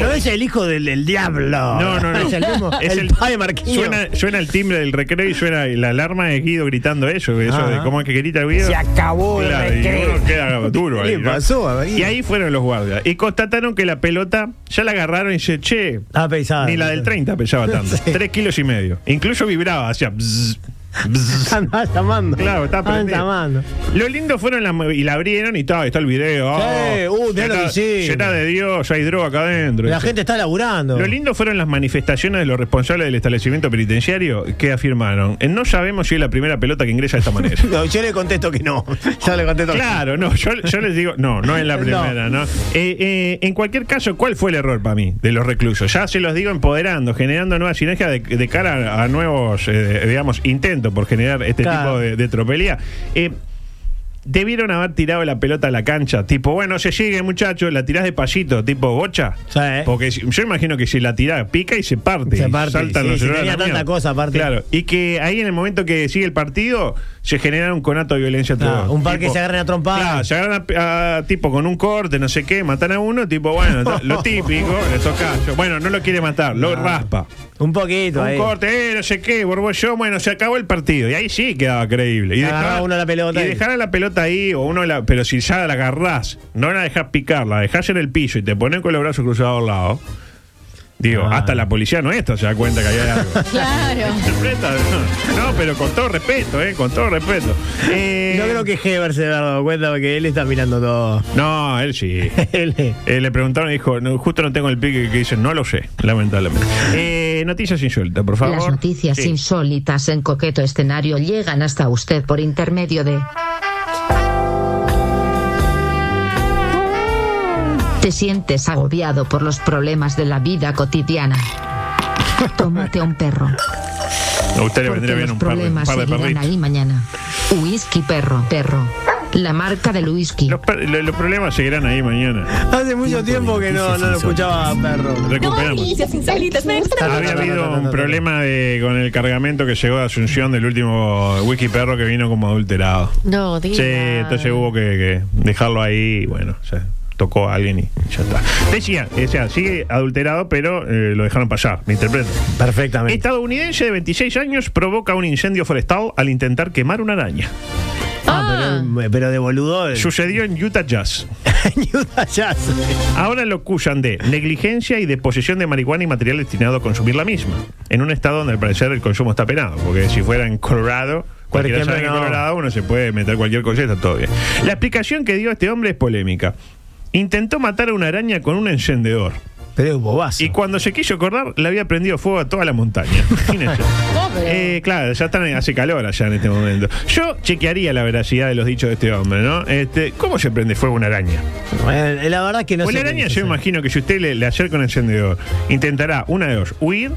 Speaker 5: No es el hijo del, del diablo.
Speaker 8: No, no, no.
Speaker 5: Es el mismo.
Speaker 8: Es
Speaker 5: el,
Speaker 8: el-
Speaker 5: padre Marquinhos.
Speaker 8: Suena, suena el timbre del recreo y suena la alarma de Guido gritando eso, eso
Speaker 5: Ajá.
Speaker 8: de cómo es que grita Guido. Se acabó el recreo. queda duro
Speaker 5: ¿Qué
Speaker 8: ahí.
Speaker 5: le
Speaker 8: ¿no?
Speaker 5: pasó a Guido?
Speaker 8: Y ahí fueron los guardias. Y constataron que la pelota ya la agarraron y dice, che,
Speaker 5: Estaba pesada.
Speaker 8: ni la del 30 pesaba tanto.
Speaker 5: Ah, Sí.
Speaker 8: Tres kilos y medio. Incluso vibraba, hacía bzz, bzz.
Speaker 5: Andaba llamando.
Speaker 8: Claro, está
Speaker 5: Andaba
Speaker 8: prendido.
Speaker 5: llamando.
Speaker 8: Lo lindo fueron la mov- y la abrieron y todo, está el video.
Speaker 5: Sí,
Speaker 8: Oh,
Speaker 5: uh, mirá lo
Speaker 8: llena-
Speaker 5: que hicimos.
Speaker 8: llena de Dios, hay droga acá adentro.
Speaker 5: La
Speaker 8: Dice.
Speaker 5: gente está laburando.
Speaker 8: Lo lindo fueron las manifestaciones de los responsables del establecimiento penitenciario que afirmaron, "Eh, no sabemos si es la primera pelota que ingresa de esta manera.
Speaker 5: No, yo le contesto que no. Yo le contesto que
Speaker 8: Claro, no, yo, yo les digo, no, no es la
Speaker 5: No.
Speaker 8: primera, ¿no? Eh, eh, en cualquier caso, ¿cuál fue el error para mí de los reclusos? Ya se los digo empoderando, generando nuevas sinergias de, de cara a, a nuevos, eh, digamos, intentos por generar este
Speaker 5: Claro.
Speaker 8: tipo de, de tropelía. Eh, Debieron haber tirado la pelota a la cancha, tipo, bueno, se sigue muchachos, la tirás de pasito, tipo bocha.
Speaker 5: Sí.
Speaker 8: Porque si- yo imagino que si la tirás, pica y se parte.
Speaker 5: Se
Speaker 8: y
Speaker 5: parte,
Speaker 8: saltan
Speaker 5: sí,
Speaker 8: los
Speaker 5: si
Speaker 8: celulares
Speaker 5: tenía
Speaker 8: a la
Speaker 5: tanta
Speaker 8: mierda.
Speaker 5: cosa aparte.
Speaker 8: Claro, y que ahí en el momento que sigue el partido, se genera un conato de violencia
Speaker 5: Claro,
Speaker 8: todo.
Speaker 5: Ah, un par que se agarren a trompadas.
Speaker 8: Claro, se agarran a, a tipo con un corte, no sé qué, matan a uno, tipo, bueno, ta- lo típico, en estos casos. Bueno, no lo quiere matar, lo raspa.
Speaker 5: no. Un poquito
Speaker 8: Un
Speaker 5: ahí.
Speaker 8: corte, eh, no sé qué, borbo yo, bueno, se acabó el partido. Y ahí sí quedaba creíble. Y
Speaker 5: Agarraba uno la pelota
Speaker 8: Y
Speaker 5: ahí.
Speaker 8: dejara la pelota ahí, o uno la, pero si ya la agarrás, no la dejás picar, la dejás en el piso y te ponen con los brazos cruzados al lado. Digo,
Speaker 5: Ah.
Speaker 8: hasta la policía nuestra se da cuenta que ahí hay algo.
Speaker 9: Claro.
Speaker 8: ¿Interpreta? No, pero con todo respeto, eh, con todo respeto. Eh,
Speaker 5: Yo creo que Heber se ha dado cuenta porque él está mirando todo.
Speaker 8: No, él sí.
Speaker 5: Él-
Speaker 8: Eh, le preguntaron y dijo, "No, justo no tengo el pique que dicen, no lo sé, lamentablemente. Eh, noticias insultas, por favor.
Speaker 4: Las noticias
Speaker 8: Sí.
Speaker 4: insólitas en coqueto escenario llegan hasta usted por intermedio de... Te sientes agobiado por los problemas de la vida cotidiana. Tómate un perro.
Speaker 8: A usted le vendría
Speaker 4: Porque
Speaker 8: bien
Speaker 4: los
Speaker 8: un par de, un
Speaker 4: problemas
Speaker 8: par de
Speaker 4: seguirán
Speaker 8: perritos.
Speaker 4: ahí mañana. Whisky perro, perro. La marca del whisky.
Speaker 8: Los, per- lo- los problemas seguirán ahí mañana.
Speaker 5: Hace mucho tiempo que no, no lo escuchaba a perro.
Speaker 8: Recuperamos. Había habido un problema de- con el cargamento que llegó de Asunción del último wiki perro que vino como adulterado.
Speaker 9: No, diga.
Speaker 8: Sí, entonces hubo que, que dejarlo ahí y bueno, o sea, tocó a alguien y ya está. Decía, o sea, sigue adulterado, pero eh, lo dejaron pasar, me interpreto.
Speaker 5: Perfectamente.
Speaker 8: Estadounidense de 26 años provoca un incendio forestal al intentar quemar una araña.
Speaker 5: Ah, pero, pero de boludo.
Speaker 8: Sucedió en Utah Jazz.
Speaker 5: Utah Jazz.
Speaker 8: Ahora lo acusan de negligencia y de posesión de marihuana y material destinado a consumir la misma. En un estado donde al parecer el consumo está penado. Porque si fuera en Colorado, cualquiera
Speaker 5: ejemplo,
Speaker 8: sabe que en
Speaker 5: no.
Speaker 8: Colorado uno se puede meter cualquier cosa y está todo bien. La explicación que dio este hombre es polémica. Intentó matar a una araña con un encendedor.
Speaker 5: Pero es un bobazo.
Speaker 8: Y cuando se quiso acordar, le había prendido fuego a toda la montaña. Imagínense. Eh, claro, ya están, hace calor allá en este momento. Yo chequearía la veracidad de los dichos de este hombre, ¿no? Este, ¿Cómo se prende fuego una araña?
Speaker 5: Bueno, Eh, la verdad que no
Speaker 8: Pues
Speaker 5: sé
Speaker 8: la
Speaker 5: qué
Speaker 8: araña,
Speaker 5: hizo
Speaker 8: yo
Speaker 5: ese.
Speaker 8: imagino que si usted le, le acerca un encendedor, intentará una de dos, huir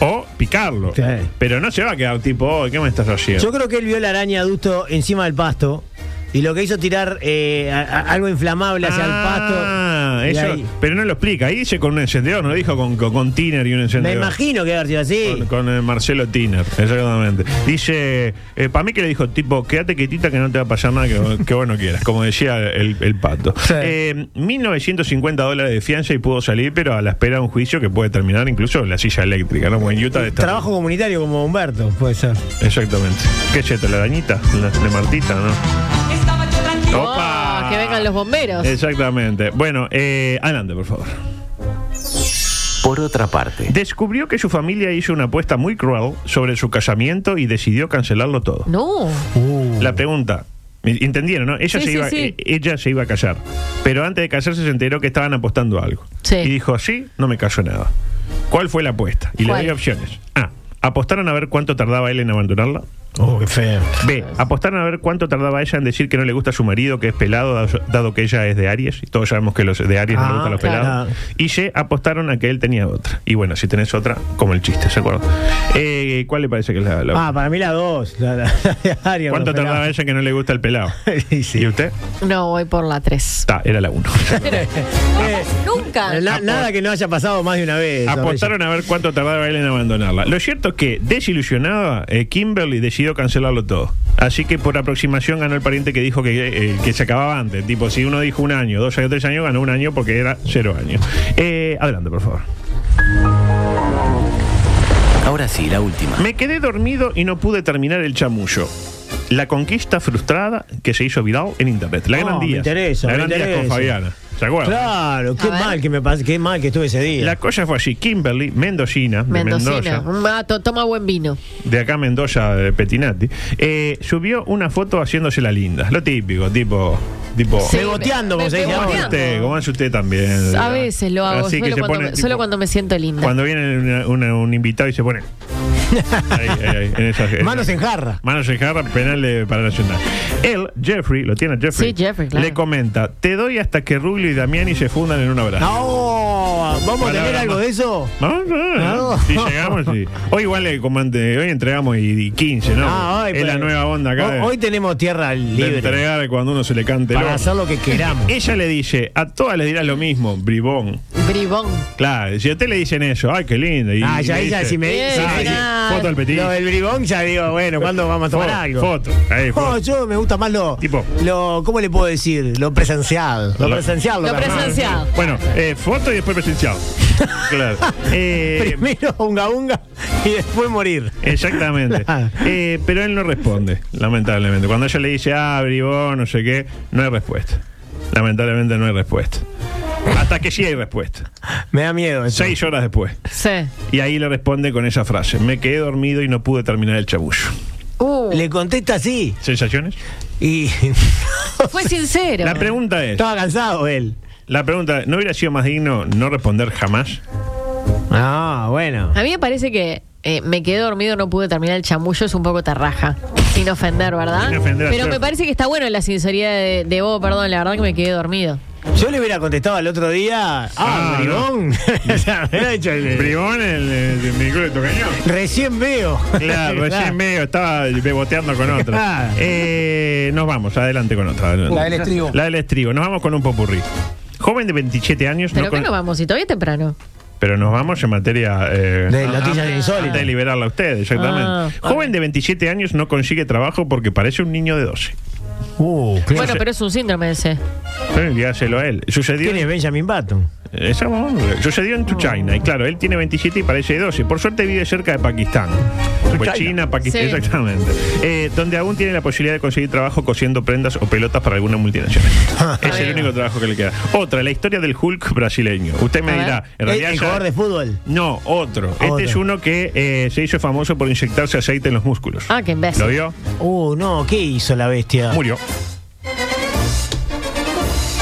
Speaker 8: o picarlo.
Speaker 5: Sí.
Speaker 8: Pero no se va a quedar tipo, oh, ¿qué me estás haciendo?
Speaker 5: Yo creo que él vio la araña adusto encima del pasto. Y lo que hizo tirar eh, a- a- algo inflamable hacia
Speaker 8: Ah,
Speaker 5: el pasto. y
Speaker 8: eso-
Speaker 5: ahí-
Speaker 8: pero no lo explica. Ahí dice con un encendedor, no dijo con, con, con tiner y un
Speaker 5: Me
Speaker 8: encendedor.
Speaker 5: imagino que haber sido así.
Speaker 8: Con, con, eh, Marcelo Tiner, exactamente. Dice, para mí que le dijo, tipo, quédate quietita que no te va a pasar nada que, vos- que vos no quieras, como decía el, el pato.
Speaker 5: Sí.
Speaker 8: Eh, 1950 dólares de fianza y pudo salir, pero a la espera de un juicio que puede terminar incluso en la silla eléctrica, ¿no? Como en Utah está-
Speaker 5: Trabajo comunitario como Humberto, puede ser.
Speaker 8: Exactamente. ¿Qué es esto? ¿La dañita? ¿La, de Martita, no?
Speaker 9: Ah, que vengan los bomberos.
Speaker 8: Exactamente. Bueno, eh, adelante, por favor.
Speaker 1: Por otra parte,
Speaker 8: Descubrió que su familia hizo una apuesta muy cruel sobre su casamiento y decidió cancelarlo todo.
Speaker 9: No.
Speaker 8: La pregunta. ¿Entendieron, no? Ella,
Speaker 9: Sí,
Speaker 8: se
Speaker 9: sí,
Speaker 8: iba,
Speaker 9: sí.
Speaker 8: e- ella se iba a callar. Pero antes de casarse se enteró que estaban apostando algo.
Speaker 9: Sí.
Speaker 8: Y dijo, sí, no me cayó nada. ¿Cuál fue la apuesta? Y
Speaker 9: ¿Cuál?
Speaker 8: le doy opciones. A. Apostaron a ver cuánto tardaba él en abandonarla.
Speaker 5: Oh, qué feo.
Speaker 8: B. Apostaron a ver cuánto tardaba ella en decir que no le gusta su marido, que es pelado, dado- dado que ella es de Aries. Y todos sabemos que los de Aries no
Speaker 5: Ah,
Speaker 8: le gustan los
Speaker 5: claro.
Speaker 8: pelados. Y C. Apostaron a que él tenía otra. Y bueno, si tenés otra, como el chiste, ¿se acuerdan? Eh, ¿Cuál le parece que es la, la-
Speaker 5: Ah, para mí la dos. La, la- la de Aria,
Speaker 8: ¿Cuánto
Speaker 5: con los
Speaker 8: tardaba
Speaker 5: pelados.
Speaker 8: ella que no le gusta el pelado?
Speaker 5: Sí, sí.
Speaker 8: ¿Y usted?
Speaker 9: No, voy por la 3.
Speaker 8: Está, era la 1.
Speaker 9: Nunca. Ah,
Speaker 5: Na- nada que no haya pasado más de una vez.
Speaker 8: Apostaron a ver cuánto tardaba él en abandonarla. Lo cierto es que, desilusionada, eh, Kimberly decidió cancelarlo todo. Así que por aproximación ganó el pariente que dijo que, eh, que se acababa antes. Tipo, si uno dijo un año, dos años, tres años, ganó un año porque era cero años. Eh, adelante, por favor.
Speaker 1: ahora sí, la última.
Speaker 8: Me quedé dormido y no pude terminar el chamullo. La conquista frustrada que se hizo viral en internet. La
Speaker 5: No,
Speaker 8: gran
Speaker 5: Oh, me
Speaker 8: día.
Speaker 5: interesa,
Speaker 8: La
Speaker 5: me
Speaker 8: gran Díaz con
Speaker 5: interesa.
Speaker 8: Fabiana. ¿Se acuerdan?
Speaker 5: Claro, qué
Speaker 9: A ver.
Speaker 5: mal que me pas- qué mal que estuve ese día.
Speaker 8: La cosa fue así. Kimberly, Mendocina, de
Speaker 9: Mendocina.
Speaker 8: Mendoza.
Speaker 9: Ah, to- toma buen vino.
Speaker 8: de acá Mendoza, de Petinati, eh, subió una foto haciéndose la linda. Lo típico, tipo. tipo
Speaker 5: Pegoteando, como se dice ahora.
Speaker 9: pegoteando.
Speaker 8: Usted, como hace usted también.
Speaker 9: A
Speaker 8: ¿verdad?
Speaker 9: veces lo hago,
Speaker 8: Así que
Speaker 9: solo,
Speaker 8: se
Speaker 9: cuando,
Speaker 8: pone,
Speaker 9: me,
Speaker 8: tipo,
Speaker 9: solo cuando me siento linda.
Speaker 8: cuando viene una- una- un invitado y se pone. Ahí, ahí, ahí, en esa-
Speaker 5: Manos en jarra.
Speaker 8: Manos en jarra, penal de- para Nacional. Él, Jeffrey, lo tiene Jeffrey,
Speaker 9: Sí, Jeffrey, claro.
Speaker 8: le comenta, te doy hasta que Rubio y Damiani se fundan en un abrazo.
Speaker 5: No, ¿vamos a
Speaker 8: Palabra
Speaker 5: tener algo
Speaker 8: más.
Speaker 5: de eso?
Speaker 8: No, no, no.
Speaker 5: No.
Speaker 8: ah. Si llegamos, sí. Hoy igual, eh, como antes, hoy entregamos y, y 15, ¿no?
Speaker 5: Ah, hoy,
Speaker 8: es la
Speaker 5: pues,
Speaker 8: nueva onda acá.
Speaker 5: ho-
Speaker 8: de-
Speaker 5: Hoy tenemos tierra
Speaker 8: de
Speaker 5: libre
Speaker 8: entregar cuando uno se le cante el
Speaker 5: para
Speaker 8: ojo.
Speaker 5: hacer lo que queramos.
Speaker 8: Ella le dice, a todas les dirás lo mismo, bribón.
Speaker 9: Bribón.
Speaker 8: Claro, si a usted le dicen eso, ay, qué lindo. Y,
Speaker 5: Ah, ya
Speaker 8: y le
Speaker 5: ella
Speaker 8: dice,
Speaker 5: si me
Speaker 9: Bien,
Speaker 5: dice
Speaker 8: ah, sí,
Speaker 9: mirá.
Speaker 8: foto al petit.
Speaker 5: lo del bribón, ya digo, bueno, ¿cuándo vamos a tomar
Speaker 8: Foto,
Speaker 5: algo?
Speaker 8: Foto. ahí,
Speaker 5: Oh,
Speaker 8: foto.
Speaker 5: yo me gusta más lo,
Speaker 8: Tipo.
Speaker 5: lo ¿cómo le puedo decir? Lo presenciado. Lo,
Speaker 8: Lo-
Speaker 5: presencial.
Speaker 9: Lo
Speaker 5: que armamos.
Speaker 9: presencial.
Speaker 8: Bueno,
Speaker 9: Presenciado.
Speaker 8: eh, foto y después presenciado. claro. Eh,
Speaker 5: Primero unga unga y después morir.
Speaker 8: Exactamente.
Speaker 5: Claro.
Speaker 8: Eh, pero él no responde, lamentablemente. Cuando ella le dice, ah, bribón, no sé qué, no hay respuesta. Lamentablemente no hay respuesta. Hasta que sí hay respuesta.
Speaker 5: Me da miedo eso.
Speaker 8: Seis horas después.
Speaker 9: Sí.
Speaker 8: Y ahí le responde con esa frase. Me quedé dormido y no pude terminar el chabullo.
Speaker 9: Uh,
Speaker 5: Le contesta así
Speaker 8: ¿Sensaciones?
Speaker 5: y
Speaker 9: fue sincero.
Speaker 8: La pregunta es,
Speaker 5: estaba cansado él.
Speaker 8: la pregunta, ¿no hubiera sido más digno no responder jamás?
Speaker 5: Ah, bueno.
Speaker 9: A mí me parece que eh, me quedé dormido, no pude terminar el chamullo, es un poco tarraja. Sin ofender, ¿verdad?
Speaker 8: Sin ofender,
Speaker 9: Pero
Speaker 8: claro.
Speaker 9: me parece que está bueno la sinceridad de, de vos, perdón, la verdad que me quedé dormido.
Speaker 5: Yo le hubiera contestado al otro día, ah,
Speaker 8: Ah,
Speaker 5: bribón. O sea, me hubiera dicho,
Speaker 8: Bribón, el, el, el vehículo de tu cañón.
Speaker 5: recién veo.
Speaker 8: Claro, recién medio estaba beboteando con otra.
Speaker 5: Claro.
Speaker 8: Eh, nos vamos, adelante con otra.
Speaker 10: La del estribo.
Speaker 8: La del estribo. Nos vamos con un popurrí. Joven de 27 años,
Speaker 9: Pero
Speaker 8: no
Speaker 9: que
Speaker 8: con-
Speaker 9: no vamos, si todavía es temprano.
Speaker 8: pero nos vamos en materia eh,
Speaker 5: De noticias
Speaker 8: antes de
Speaker 5: insólitas.
Speaker 8: liberarla a ustedes, exactamente.
Speaker 9: Ah,
Speaker 8: Joven de 27 años no consigue trabajo porque parece un niño de 12.
Speaker 5: Uh, claro.
Speaker 9: Bueno, pero es un síndrome ese.
Speaker 8: Eh, Dígaselo a él. Sucedió
Speaker 5: ¿Quién es Benjamin Button?
Speaker 8: Esa bomba. Sucedió en China y claro, él tiene 27 y parece de 12. Por suerte vive cerca de Pakistán. Pues China, Pakistán,
Speaker 9: Sí.
Speaker 8: exactamente. Eh, donde aún tiene la posibilidad de conseguir trabajo cosiendo prendas o pelotas para alguna multinacional. es el único trabajo que le queda. Otra, la historia del Hulk brasileño. Usted me
Speaker 9: A ver.
Speaker 8: dirá, en
Speaker 5: Eh, El,
Speaker 8: realidad
Speaker 5: el
Speaker 8: ya-
Speaker 5: jugador de fútbol.
Speaker 8: No, otro.
Speaker 5: Otro.
Speaker 8: Este es uno que eh, se hizo famoso por inyectarse aceite en los músculos.
Speaker 9: Ah, qué imbécil.
Speaker 8: ¿Lo vio?
Speaker 5: Uh, no, ¿qué hizo la
Speaker 9: Ah.
Speaker 5: bestia?
Speaker 8: Murió.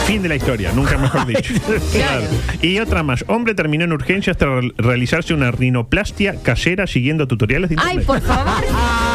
Speaker 8: Fin de la historia, nunca mejor dicho. Claro. Y otra más. Hombre terminó en urgencias tras re- realizarse una rinoplastia casera siguiendo tutoriales de
Speaker 9: Ay,
Speaker 8: internet.
Speaker 9: por favor. Ay.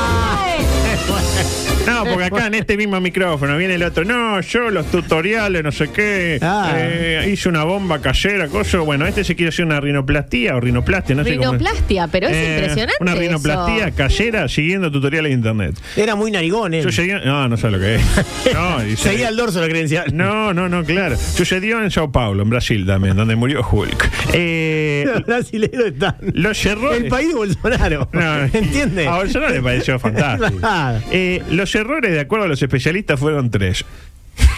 Speaker 8: No, porque acá en este mismo micrófono viene el otro. No, yo los tutoriales, no sé qué.
Speaker 5: Ah.
Speaker 8: eh, hice una bomba casera, cosa. Bueno, este se quiere hacer una rinoplastia o rinoplastia, no sé cómo.
Speaker 9: Rinoplastia, pero es
Speaker 8: Eh,
Speaker 9: impresionante.
Speaker 8: Una rinoplastia
Speaker 9: eso.
Speaker 8: casera siguiendo tutoriales de internet.
Speaker 5: Era muy narigón, él.
Speaker 8: Yo llegué- No, no sé lo que es. No, y
Speaker 5: Seguía al dorso la creencia.
Speaker 8: No, no, no, claro. Sucedió en Sao Paulo, en Brasil también, donde murió Hulk. Eh,
Speaker 5: Los brasileños están.
Speaker 8: los errores.
Speaker 5: El país de Bolsonaro.
Speaker 8: No,
Speaker 5: ¿Entiendes?
Speaker 8: A Bolsonaro le pareció fantástico.
Speaker 5: Claro.
Speaker 8: Eh, los errores, de acuerdo a los especialistas, fueron tres.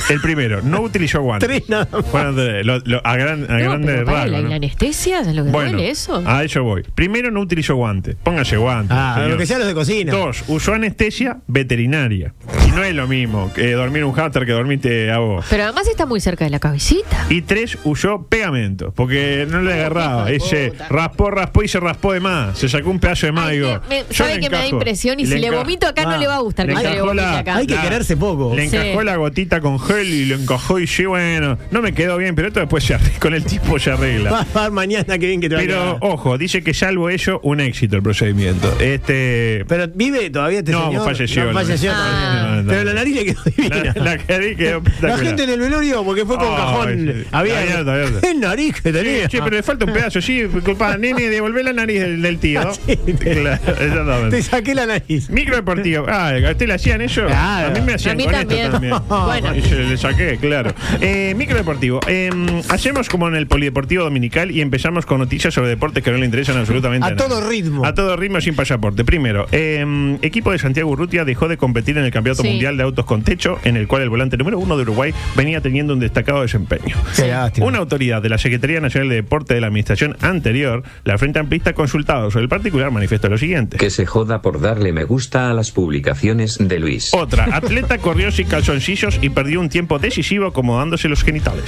Speaker 8: El primero, no utilizó guantes.
Speaker 5: Tres nada más.
Speaker 8: Fueron tres, lo- lo- a gran, a
Speaker 9: No,
Speaker 8: grande
Speaker 9: pero para,
Speaker 8: rasgo,
Speaker 9: la,
Speaker 8: ¿no?
Speaker 9: la anestesia es lo que
Speaker 8: Bueno, ah.
Speaker 9: duele eso.
Speaker 8: a eso voy. Primero, no utilizó guantes. Póngase guantes.
Speaker 5: Ah,
Speaker 8: señor.
Speaker 5: lo que sea los de cocina.
Speaker 8: Dos, usó anestesia veterinaria. Y no es lo mismo que dormir un hámster que dormirte a vos.
Speaker 9: Pero además está muy cerca de la cabecita.
Speaker 8: Y tres, huyó pegamento, porque no le agarraba.
Speaker 9: hijo de
Speaker 8: Ese
Speaker 9: puta.
Speaker 8: raspó, raspó y se raspó de más. Se sacó un pedazo de más.
Speaker 9: Ay,
Speaker 8: digo,
Speaker 9: me-
Speaker 8: yo
Speaker 9: sabe
Speaker 8: le
Speaker 9: que me da
Speaker 8: encajo.
Speaker 9: impresión y si le
Speaker 8: enca-
Speaker 9: vomito acá no
Speaker 5: Ah,
Speaker 9: le va a gustar
Speaker 8: le
Speaker 9: que yo le
Speaker 8: encajó
Speaker 9: vomite
Speaker 8: la-
Speaker 9: acá.
Speaker 5: Hay que
Speaker 8: Ah.
Speaker 5: quererse poco.
Speaker 8: Le
Speaker 9: Sí.
Speaker 8: encajó la gotita con gel y lo encajó y sí, bueno, no me quedó bien, pero esto después se arregla, con el tipo se
Speaker 5: Va
Speaker 8: arregla.
Speaker 5: a ver mañana que bien que te va a
Speaker 8: Pero
Speaker 5: quedar.
Speaker 8: ojo, dice que salvo ello, un éxito el procedimiento. Este.
Speaker 5: Pero vive todavía este
Speaker 8: no,
Speaker 5: señor.
Speaker 8: falleció.
Speaker 5: No, falleció.
Speaker 9: Ah.
Speaker 8: No, no, no.
Speaker 5: Pero la nariz le quedó divina.
Speaker 8: La- la nariz quedó
Speaker 5: La
Speaker 8: espectacular.
Speaker 5: gente en el velorio, porque fue con
Speaker 8: Ay,
Speaker 5: cajón.
Speaker 8: sí.
Speaker 5: Había.
Speaker 8: Abierto, abierto.
Speaker 5: ¡Qué nariz que tenía!
Speaker 8: Sí, che, pero le falta un pedazo, sí, disculpa, nene, devolvé la nariz del, del tío.
Speaker 5: Ah, Sí, te-
Speaker 8: Claro, exactamente.
Speaker 5: Te saqué la nariz.
Speaker 8: Micro deportivo. Ah, ¿a usted le hacían eso?
Speaker 5: Claro.
Speaker 8: A mí me hacían
Speaker 9: A mí
Speaker 8: con
Speaker 9: también.
Speaker 8: esto también.
Speaker 9: Bueno.
Speaker 8: Y se le saqué, claro. Eh, micro deportivo. Eh, hacemos como en el Polideportivo Dominical y empezamos con noticias sobre deportes que no le interesan absolutamente
Speaker 5: A
Speaker 8: nadie.
Speaker 5: todo ritmo.
Speaker 8: A todo ritmo sin pasaporte. Primero, eh, equipo de Santiago Urrutia dejó de competir en el Campeonato
Speaker 9: Sí.
Speaker 8: Mundial de Autos con Techo, en el cual el volante número uno de Uruguay venía teniendo un destacado desempeño.
Speaker 5: Qué lástima.
Speaker 8: Una autoridad de la Secretaría Nacional de Deporte de la Administración anterior, la Frente Amplista consultado sobre el particular manifestó lo siguiente.
Speaker 11: Que se joda por darle me gusta a las publicaciones de Luis.
Speaker 8: Otra, atleta corrió sin calzoncillos y perdió un tiempo decisivo acomodándose los genitales.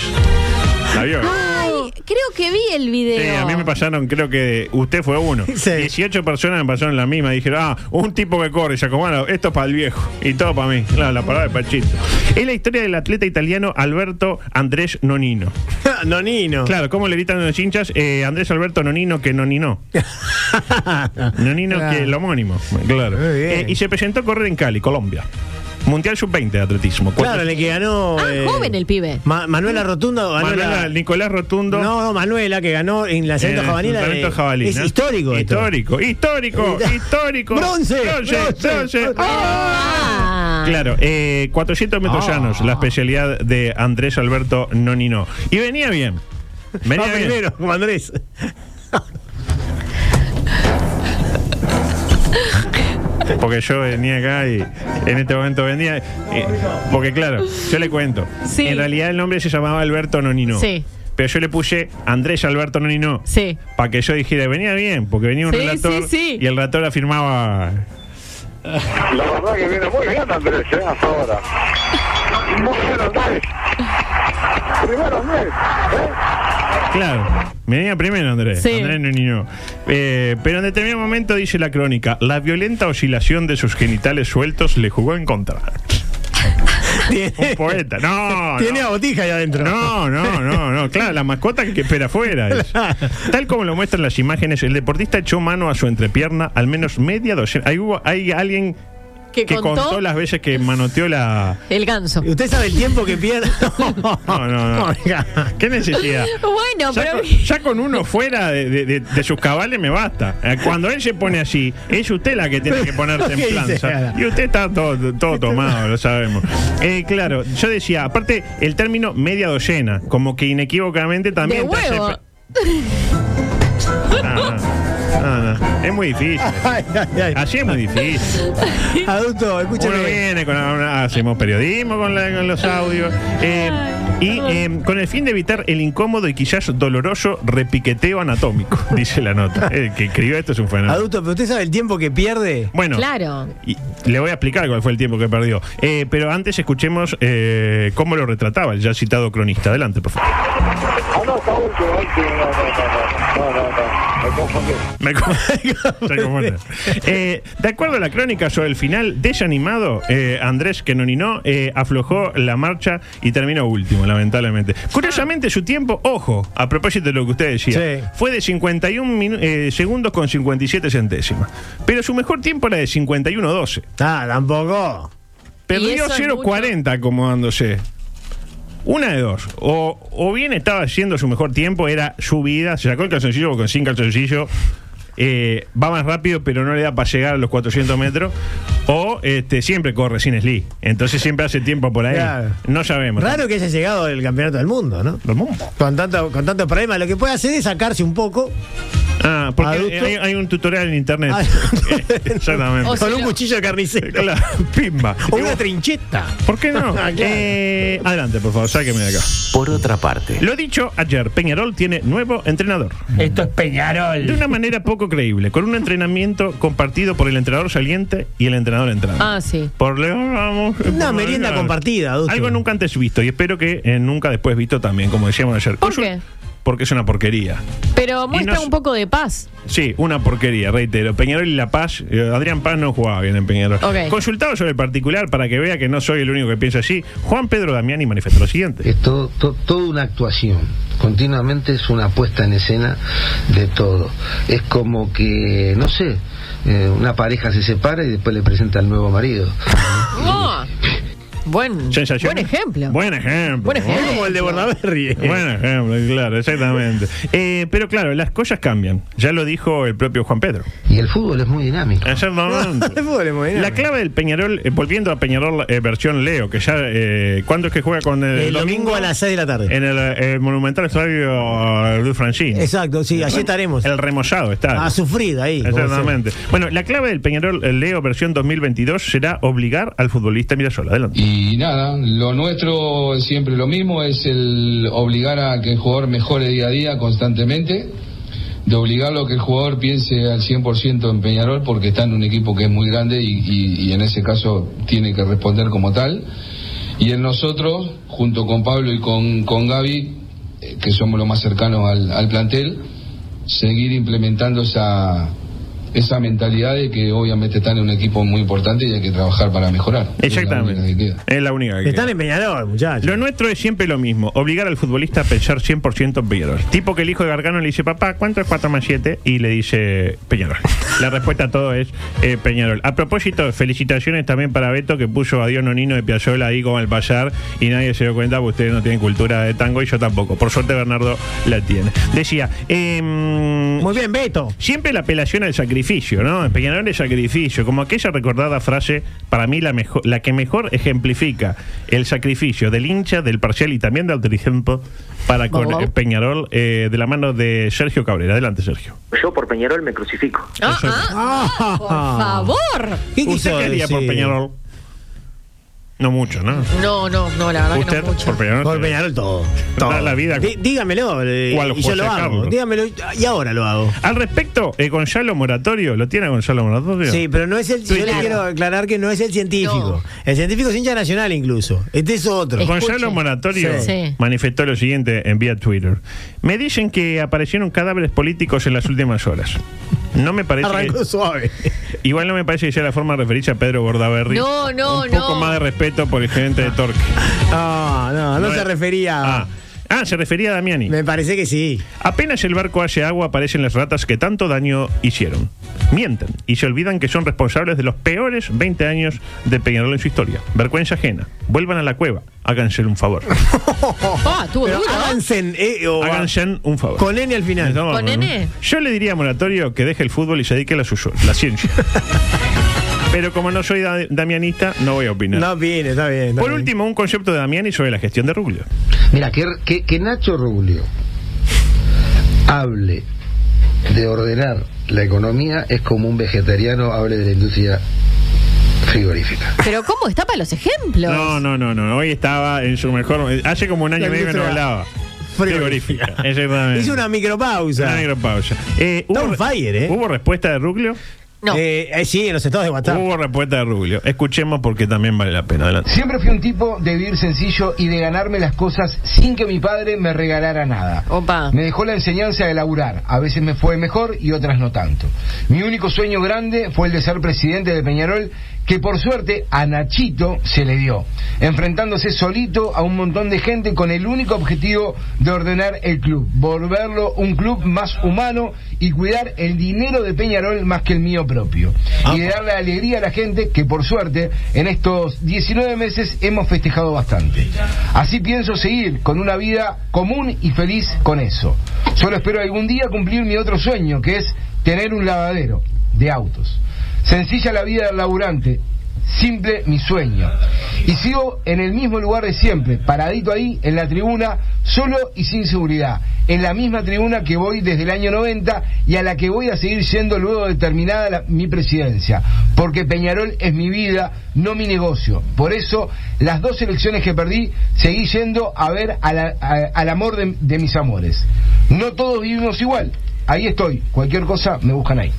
Speaker 8: ¿La vio?
Speaker 9: Ay, creo que vi el video.
Speaker 8: Sí, a mí me pasaron, creo que usted fue uno.
Speaker 5: Sí.
Speaker 8: 18 personas me pasaron la misma. Dijeron, ah, un tipo que corre y se acomoda, esto es para el viejo. Y todo para mí. Claro, la parada de Pachito. Es la historia del atleta italiano Alberto Andrés Nonino.
Speaker 5: Ah. Nonino.
Speaker 8: Claro, ¿cómo le gritan los hinchas? Eh, Andrés Alberto Nonino que Nonino. Nonino
Speaker 5: Claro.
Speaker 8: que el homónimo. Claro.
Speaker 5: Muy bien.
Speaker 8: Eh, y se presentó a correr en Cali, Colombia. Mundial Sub-20 de atletismo.
Speaker 5: Claro, en el que ganó.
Speaker 9: Ah,
Speaker 5: eh,
Speaker 9: joven el pibe.
Speaker 5: Ma- Manuela Rotundo. ganó
Speaker 8: Manuela,
Speaker 5: la-
Speaker 8: Nicolás Rotundo.
Speaker 5: No, no, Manuela, que ganó en la
Speaker 8: Eh,
Speaker 5: Salento Jabalí. la
Speaker 8: lanzamiento
Speaker 5: de-
Speaker 8: jabalí,
Speaker 5: Es
Speaker 8: ¿no?
Speaker 5: histórico. esto.
Speaker 8: Histórico, histórico, histórico.
Speaker 5: Bronce, bronce, bronce.
Speaker 8: ¡Ah!
Speaker 9: Ah.
Speaker 8: Claro, eh, 400 metros
Speaker 5: Ah.
Speaker 8: llanos, la especialidad de Andrés Alberto Nonino. Y venía bien. Venía
Speaker 5: Va
Speaker 8: bien.
Speaker 5: Ah, primero, como Andrés.
Speaker 8: Porque yo venía acá y en este momento venía. eh, porque claro, yo le cuento.
Speaker 9: Sí.
Speaker 8: En realidad el nombre se llamaba Alberto Nonino.
Speaker 9: Sí.
Speaker 8: Pero yo le puse Andrés Alberto Nonino.
Speaker 9: Sí.
Speaker 8: Para que yo dijera, venía bien, porque venía un
Speaker 9: Sí,
Speaker 8: relator
Speaker 9: sí, sí.
Speaker 8: y el relator afirmaba.
Speaker 6: La verdad que viene muy bien Andrés, ¿eh? hasta ahora. Muy bien Andrés. Primero Andrés, ¿eh?
Speaker 8: Claro, venía primero Andrés.
Speaker 9: Sí.
Speaker 8: Andrés Nonino. Eh, pero en determinado momento dice la crónica, la violenta oscilación de sus genitales sueltos le jugó en contra. Un
Speaker 5: Tiene,
Speaker 8: poeta. No, no.
Speaker 5: tiene a botija ahí adentro.
Speaker 8: No, no, no, no. Claro, la mascota que espera afuera. es. Tal como lo muestran las imágenes, el deportista echó mano a su entrepierna al menos media docena. Ahí hubo- Hay, alguien
Speaker 9: Que
Speaker 8: que,
Speaker 9: contó-
Speaker 8: contó? las veces que manoteó la.
Speaker 9: El ganso.
Speaker 5: ¿Usted sabe el tiempo que pierde?
Speaker 8: No, no, no.
Speaker 5: Oiga.
Speaker 8: ¿Qué necesidad?
Speaker 9: Bueno,
Speaker 8: Ya
Speaker 9: pero.
Speaker 8: con, ya con uno fuera de, de- de- de sus cabales me basta. Eh, Cuando él se pone así, es usted la que tiene que ponerse en
Speaker 5: ¿Qué dice
Speaker 8: planza.
Speaker 5: ahora?
Speaker 8: Y usted está todo, todo tomado, lo sabemos. Eh, claro, yo decía, aparte, el término media docena, como que inequívocamente
Speaker 9: De
Speaker 8: también. te hace
Speaker 9: huevo.
Speaker 8: pe- No, Ah, no, no, no. Es muy difícil. Así es muy difícil.
Speaker 5: Adulto,
Speaker 8: Uno viene con una- hacemos periodismo con, la- con los audios. eh, y eh, con el fin de evitar el incómodo y quizás doloroso repiqueteo anatómico, dice la nota. El que escribió esto es un fenómeno.
Speaker 5: Adulto, pero usted sabe el tiempo que pierde.
Speaker 8: Bueno,
Speaker 9: Claro.
Speaker 8: y le voy a explicar cuál fue el tiempo que perdió. Eh, pero antes escuchemos eh, cómo lo retrataba el ya citado cronista. Adelante, por favor.
Speaker 6: Ah, no, está último, último. No, no, no, no, no, no, no. Me confundí.
Speaker 8: Me co- Ya como no. Eh, de acuerdo a la crónica sobre el final desanimado, eh, Andrés Quenoninó eh, aflojó la marcha y terminó último, lamentablemente. Curiosamente, su tiempo, ojo, a propósito de lo que usted decía,
Speaker 5: Sí.
Speaker 8: fue de 51 minu- eh, segundos con 57 centésimas. Pero su mejor tiempo era de 51.12.
Speaker 5: Ah, tampoco.
Speaker 9: ¿Y
Speaker 8: Perdió
Speaker 9: eso es
Speaker 8: 0.40 acomodándose. Una de dos. O, o bien estaba haciendo su mejor tiempo, era su vida, se sacó el calzoncillo con sin calzoncillo. eh, va más rápido, pero no le da para llegar a los 400 metros. O este, siempre corre sin Slee. Entonces siempre hace tiempo por ahí.
Speaker 5: Claro.
Speaker 8: No sabemos.
Speaker 5: Raro que haya llegado el campeonato del mundo, ¿no?
Speaker 8: Del mundo.
Speaker 5: Con tanto, con tanto problema. Lo que puede hacer es sacarse un poco
Speaker 8: Ah, porque
Speaker 5: Adulto.
Speaker 8: eh, hay, hay un tutorial en internet.
Speaker 5: Ah,
Speaker 8: Exactamente.
Speaker 9: O sea,
Speaker 5: con un
Speaker 9: lo-
Speaker 5: cuchillo de carnicero.
Speaker 8: Claro, pimba.
Speaker 5: O
Speaker 8: Y
Speaker 5: una
Speaker 8: vos-
Speaker 5: trincheta.
Speaker 8: ¿Por qué no?
Speaker 5: Claro.
Speaker 8: Eh, adelante, por favor, sáqueme de acá.
Speaker 1: Por otra parte,
Speaker 8: Lo dicho ayer, Peñarol tiene nuevo entrenador.
Speaker 2: Esto es Peñarol.
Speaker 8: De una manera poco creíble, con un entrenamiento compartido por el entrenador saliente y el entrenador entrante.
Speaker 9: Ah, sí.
Speaker 8: Por León Ramos. eh,
Speaker 5: Una
Speaker 8: por
Speaker 5: merienda
Speaker 8: León.
Speaker 5: compartida, adulto.
Speaker 8: Algo nunca antes visto y espero que eh, nunca después visto también, como decíamos ayer.
Speaker 9: ¿Por
Speaker 8: Es un-
Speaker 9: qué?
Speaker 8: Porque es una porquería.
Speaker 9: Pero muestra
Speaker 8: no-
Speaker 9: un poco de paz.
Speaker 8: Sí, una porquería, reitero. Peñarol y La Paz, eh, Adrián Paz no jugaba bien en Peñarol.
Speaker 9: Ok.
Speaker 8: Consultado sobre el particular para que vea que no soy el único que piensa así, Juan Pedro Damiani manifestó lo siguiente.
Speaker 12: Es todo, to- toda una actuación. Continuamente es una puesta en escena de todo. Es como que, no sé, eh, una pareja se separa y después le presenta al nuevo marido.
Speaker 9: No. Ah. Buen,
Speaker 8: Sensación.
Speaker 9: buen ejemplo.
Speaker 8: Buen ejemplo.
Speaker 9: Buen ejemplo.
Speaker 5: Como el de Bordaberry.
Speaker 8: Buen ejemplo, claro, exactamente. Eh, pero claro, las cosas cambian. Ya lo dijo el propio Juan Pedro.
Speaker 12: Y el fútbol es muy dinámico.
Speaker 8: Exactamente.
Speaker 5: El fútbol es muy dinámico.
Speaker 8: La clave del Peñarol, eh, volviendo a Peñarol eh, versión Leo, que ya. Eh, ¿Cuándo es que juega con el,
Speaker 5: El domingo a las 6 de la tarde.
Speaker 8: En el, eh, Monumental Estadio eh, Luis Franchini.
Speaker 5: Exacto, sí, allí estaremos.
Speaker 8: El remozado está.
Speaker 5: A sufrir ahí. como
Speaker 8: Exactamente. Bueno, la clave del Peñarol eh, Leo versión 2022 será obligar al futbolista Mirasol. Adelante.
Speaker 13: Y nada, lo nuestro es siempre lo mismo, es el obligar a que el jugador mejore día a día constantemente, de obligarlo a que el jugador piense al 100% en Peñarol porque está en un equipo que es muy grande y, y- y en ese caso tiene que responder como tal. Y en nosotros, junto con Pablo y con, con Gaby, eh, que somos los más cercanos al, al plantel, seguir implementando esa, esa mentalidad de que obviamente están en un equipo muy importante y hay que trabajar para mejorar. Es la
Speaker 8: Exactamente.
Speaker 13: única que queda.
Speaker 8: Es la única que
Speaker 5: siempre.
Speaker 8: queda.
Speaker 5: Están en Peñarol, muchachos.
Speaker 8: Lo nuestro es siempre lo mismo, obligar al futbolista a pensar 100% en Peñarol. Tipo que el hijo de Gargano le dice, papá, ¿cuánto es 4 más 7? Y le dice, Peñarol. La respuesta a todo es eh, Peñarol. A propósito, felicitaciones también para Beto que puso a Dios Nonino de Piazzola ahí como al pasar y nadie se dio cuenta porque ustedes no tienen cultura de tango y yo tampoco. Por suerte Bernardo la tiene. Decía, em,
Speaker 5: Muy bien, Beto.
Speaker 8: Siempre la apelación al sacrificio, ¿no? En Peñarol es sacrificio, como aquella recordada frase, para mí la, mejo- la que mejor ejemplifica el sacrificio del hincha, del parcial y también del dirigente para con
Speaker 9: Vamos.
Speaker 8: eh, Peñarol eh, de la mano de Sergio Cabrera. Adelante, Sergio.
Speaker 12: Yo por Peñarol me crucifico.
Speaker 9: Ah, ah, ah, por favor.
Speaker 5: ¿Qué
Speaker 8: ¿Usted
Speaker 5: quiso
Speaker 8: qué haría por
Speaker 5: decir?
Speaker 8: Peñarol? No mucho, ¿no?
Speaker 9: No, no, no, la verdad que
Speaker 8: Usted
Speaker 9: no mucho.
Speaker 8: por Peñarol.
Speaker 5: Por Peñarol todo.
Speaker 8: Da
Speaker 5: todo.
Speaker 8: la vida.
Speaker 5: Dí- dígamelo. eh,
Speaker 8: Cual
Speaker 5: y yo
Speaker 8: José
Speaker 5: lo hago.
Speaker 8: Carlos.
Speaker 5: Dígamelo. Y ahora lo hago.
Speaker 8: Al respecto, eh, Gonzalo Moratorio, ¿lo tiene Gonzalo Moratorio?
Speaker 5: Sí, pero no es el. Yo le
Speaker 9: Claro.
Speaker 5: quiero aclarar que no es el científico.
Speaker 9: No.
Speaker 5: El científico es hincha nacional incluso. Este es otro.
Speaker 9: Es-
Speaker 8: Gonzalo
Speaker 9: Escuche.
Speaker 8: Moratorio
Speaker 9: Sí. Sí.
Speaker 8: manifestó lo siguiente en vía Twitter. Me dicen que aparecieron cadáveres políticos en las últimas horas. No me parece. que-
Speaker 5: Arrancó suave.
Speaker 8: igual no me parece que sea la forma de referirse a Pedro Bordaberry.
Speaker 9: No, no,
Speaker 8: Un poco
Speaker 9: no.
Speaker 8: más de respeto por el gerente de Torque.
Speaker 5: No, no, no, se
Speaker 8: es-
Speaker 5: refería. a-
Speaker 8: Ah. Ah, se refería a Damiani.
Speaker 5: Me parece que sí.
Speaker 8: Apenas el barco hace agua aparecen las ratas que tanto daño hicieron. Mienten y se olvidan que son responsables de los peores 20 años de Peñarol en su historia. Vergüenza ajena. Vuelvan a la cueva. Háganse un favor.
Speaker 9: Ah, estuvo
Speaker 5: Pero
Speaker 9: duro.
Speaker 5: avancen, eh, o-
Speaker 8: Háganse un favor.
Speaker 5: Con N al final.
Speaker 8: No,
Speaker 9: ¿Con
Speaker 8: no, no.
Speaker 9: N?
Speaker 8: Yo le diría a Moratorio que deje el fútbol y se dedique a la, suyo- la ciencia. Pero como no soy da- damianista, no voy a opinar.
Speaker 5: No viene, está bien. está
Speaker 8: Por
Speaker 5: bien.
Speaker 8: último, un concepto de Damiani sobre la gestión de Rubio.
Speaker 12: Mira, que, que, que Nacho Rubio hable de ordenar la economía es como un vegetariano hable de la industria frigorífica.
Speaker 9: Pero ¿cómo está para los ejemplos?
Speaker 8: No, no, no, no. Hoy estaba en su mejor. Hace como un año y medio que no hablaba. Frigorífica. Exactamente.
Speaker 5: Hizo una micropausa.
Speaker 8: Una micropausa. Eh,
Speaker 5: Está on fire, ¿eh?
Speaker 8: ¿Hubo respuesta de Ruglio?
Speaker 9: No.
Speaker 5: Eh, eh, sí, en los estados de WhatsApp.
Speaker 8: Hubo respuesta de Ruglio. Escuchemos porque también vale la pena. Adelante.
Speaker 12: Siempre fui un tipo de vivir sencillo y de ganarme las cosas sin que mi padre me regalara nada.
Speaker 9: Opa.
Speaker 12: Me dejó la enseñanza de laburar. A veces me fue mejor y otras no tanto. Mi único sueño grande fue el de ser presidente de Peñarol, que por suerte a Nachito se le dio, enfrentándose solito a un montón de gente con el único objetivo de ordenar el club, volverlo un club más humano y cuidar el dinero de Peñarol más que el mío propio.
Speaker 5: Ah,
Speaker 12: Y de darle alegría a la gente que por suerte en estos 19 meses hemos festejado bastante. Así pienso seguir con una vida común y feliz con eso. Solo espero algún día cumplir mi otro sueño, que es tener un lavadero de autos. Sencilla la vida del laburante, simple mi sueño. Y sigo en el mismo lugar de siempre, paradito ahí, en la tribuna, solo y sin seguridad. En la misma tribuna que voy desde el año 90 y a la que voy a seguir yendo luego de terminada la- mi presidencia. Porque Peñarol es mi vida, no mi negocio. Por eso, las dos elecciones que perdí, seguí yendo a ver a la- a- al amor de- de mis amores. No todos vivimos igual. Ahí estoy. Cualquier cosa, me buscan ahí.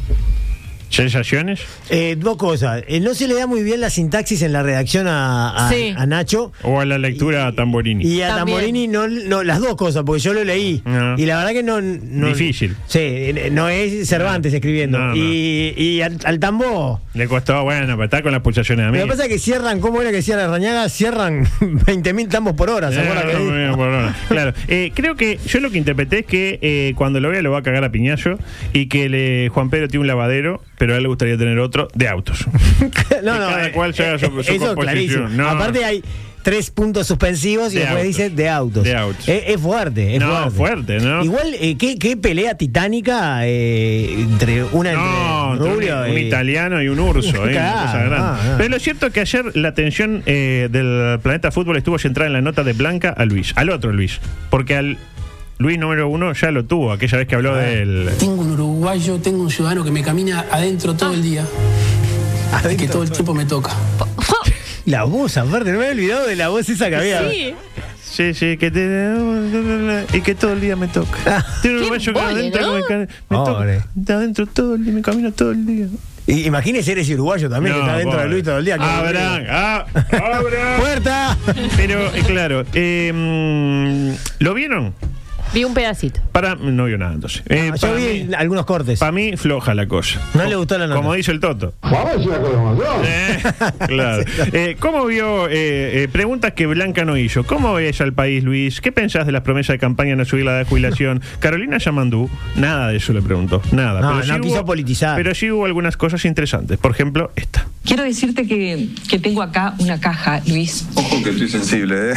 Speaker 8: ¿Sensaciones?
Speaker 5: Eh, dos cosas. Eh, no se le da muy bien la sintaxis en la redacción a, a-
Speaker 9: Sí.
Speaker 5: a Nacho.
Speaker 8: ¿O a la lectura Tamborini?
Speaker 5: Y a
Speaker 9: También.
Speaker 5: Tamborini, no, no, las dos cosas, porque yo lo leí.
Speaker 8: No.
Speaker 5: Y la verdad que no. no-
Speaker 8: Difícil.
Speaker 5: Sí, eh, no es Cervantes escribiendo.
Speaker 8: No, no.
Speaker 5: Y, y al, al tambo.
Speaker 8: Le costó, bueno, pero está con las pulsaciones a mí.
Speaker 5: Lo que pasa es que cierran, ¿cómo era que decía la rañaga? Cierran 20.000 tambos por hora, Ah, ¿se
Speaker 8: Eh,
Speaker 5: acuerda que
Speaker 8: no,
Speaker 5: dijo?
Speaker 8: no, por ahora. Claro. Eh, creo que yo lo que interpreté es que eh, cuando lo vea lo va a cagar a piñazo y que le- Juan Pedro tiene un lavadero, pero a él le gustaría tener otro de autos.
Speaker 5: no,
Speaker 8: Que
Speaker 5: no.
Speaker 8: cada
Speaker 5: eh,
Speaker 8: cual se haga su-
Speaker 5: eh,
Speaker 8: su
Speaker 5: eso
Speaker 8: composición.
Speaker 5: clarísimo.
Speaker 8: No.
Speaker 5: Aparte hay tres puntos suspensivos y
Speaker 8: De
Speaker 5: después
Speaker 8: autos.
Speaker 5: dice de autos.
Speaker 8: De autos.
Speaker 5: Eh, Es, fuerte, es
Speaker 8: No, fuerte, ¿no?
Speaker 5: Igual, eh, ¿qué, qué pelea titánica eh, entre una entre
Speaker 8: No, entre un,
Speaker 5: Rubio
Speaker 8: un
Speaker 5: y-
Speaker 8: italiano y un urso. eh, una
Speaker 5: Claro, ah,
Speaker 8: cosa grande.
Speaker 5: no, no.
Speaker 8: Pero lo cierto es que ayer la atención eh, del planeta fútbol estuvo centrada en la nota de Blanca a Luis, al otro Luis. Porque al Luis número uno ya lo tuvo, aquella vez que
Speaker 5: Ah.
Speaker 8: habló del.
Speaker 14: Tengo un uruguayo, tengo un ciudadano que me camina adentro todo el día. Y que Ah. todo el tiempo me toca.
Speaker 5: La voz, aparte, no me he olvidado de la voz esa que había.
Speaker 9: Sí.
Speaker 8: Sí, sí, que te. Y que todo el día me toca. Tiene un
Speaker 9: Qué
Speaker 8: uruguayo que
Speaker 9: embole,
Speaker 8: adentro
Speaker 9: ¿no?
Speaker 8: me, ca- me
Speaker 5: Ah. Pobre.
Speaker 8: toca. De adentro todo el día, me camina todo el día.
Speaker 5: Y imagínese eres uruguayo también, que
Speaker 8: No,
Speaker 5: está dentro
Speaker 8: pobre.
Speaker 5: de Luis todo el día. qué
Speaker 8: Abran,
Speaker 5: aburrido.
Speaker 8: ah, abran.
Speaker 5: ¡Puerta!
Speaker 8: Pero, eh, claro, eh, mm, ¿lo vieron?
Speaker 9: Vi un pedacito.
Speaker 8: Para, no vio nada entonces. Eh,
Speaker 5: Yo
Speaker 8: para,
Speaker 5: vi
Speaker 8: mí,
Speaker 5: algunos cortes.
Speaker 8: para mí, floja la cosa.
Speaker 5: No le gustó la nota.
Speaker 8: Como dice el Toto. Eh, claro. Eh, ¿Cómo vio, eh, eh, preguntas que Blanca no hizo, ¿cómo ves al país, Luis? ¿Qué pensás de las promesas de campaña de no subir la edad de jubilación? Carolina Yamandú, nada de eso le preguntó, nada.
Speaker 5: No, no quiso politizar.
Speaker 8: Pero sí hubo algunas cosas interesantes, por ejemplo, esta.
Speaker 15: Quiero decirte que, que tengo acá una caja, Luis.
Speaker 16: Ojo que estoy sensible, ¿eh?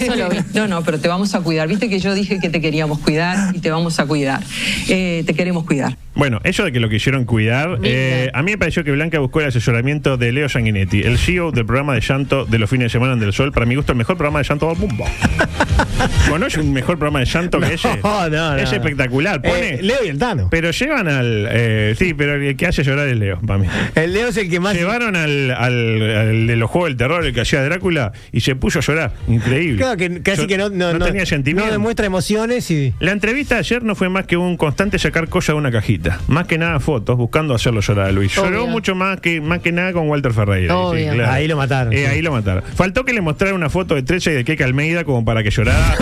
Speaker 15: Eso lo vi. No, no, pero te vamos a cuidar. Viste que yo dije que te queríamos cuidar y te vamos a cuidar. Eh, te queremos cuidar.
Speaker 8: Bueno, eso de que lo quisieron cuidar, eh, a mí me pareció que Blanca buscó el asesoramiento de Leo Sanguinetti, el CEO del programa de llanto de los fines de semana en Del Sol. Para mi gusto, el mejor programa de llanto Oh, del mundo. ¿Conoce un mejor programa de llanto que ese?
Speaker 5: No, no, no,
Speaker 8: es
Speaker 5: no.
Speaker 8: espectacular. Pone,
Speaker 5: Eh, Leo y el Tano.
Speaker 8: Pero llevan al. eh, sí, pero el que hace llorar es Leo, para mí.
Speaker 5: El Leo es el que más.
Speaker 8: Llevaron al, al- al de los juegos del terror, el que hacía Drácula, y se puso a llorar. Increíble.
Speaker 5: Claro que casi
Speaker 8: Yo-
Speaker 5: que no, no, no-
Speaker 8: tenía sentimiento.
Speaker 5: no demuestra emociones y.
Speaker 8: La entrevista de ayer no fue más que un constante sacar cosas de una cajita. Más que nada fotos, buscando hacerlo llorar a Luis. Lloró
Speaker 9: Obvio.
Speaker 8: mucho más que, más que nada con Walter Ferreira.
Speaker 9: Obvio.
Speaker 5: Ahí lo mataron,
Speaker 8: Eh,
Speaker 5: sí.
Speaker 8: Ahí lo mataron. Faltó que le mostrara una foto de Trecha y de Keke Almeida como para que llorara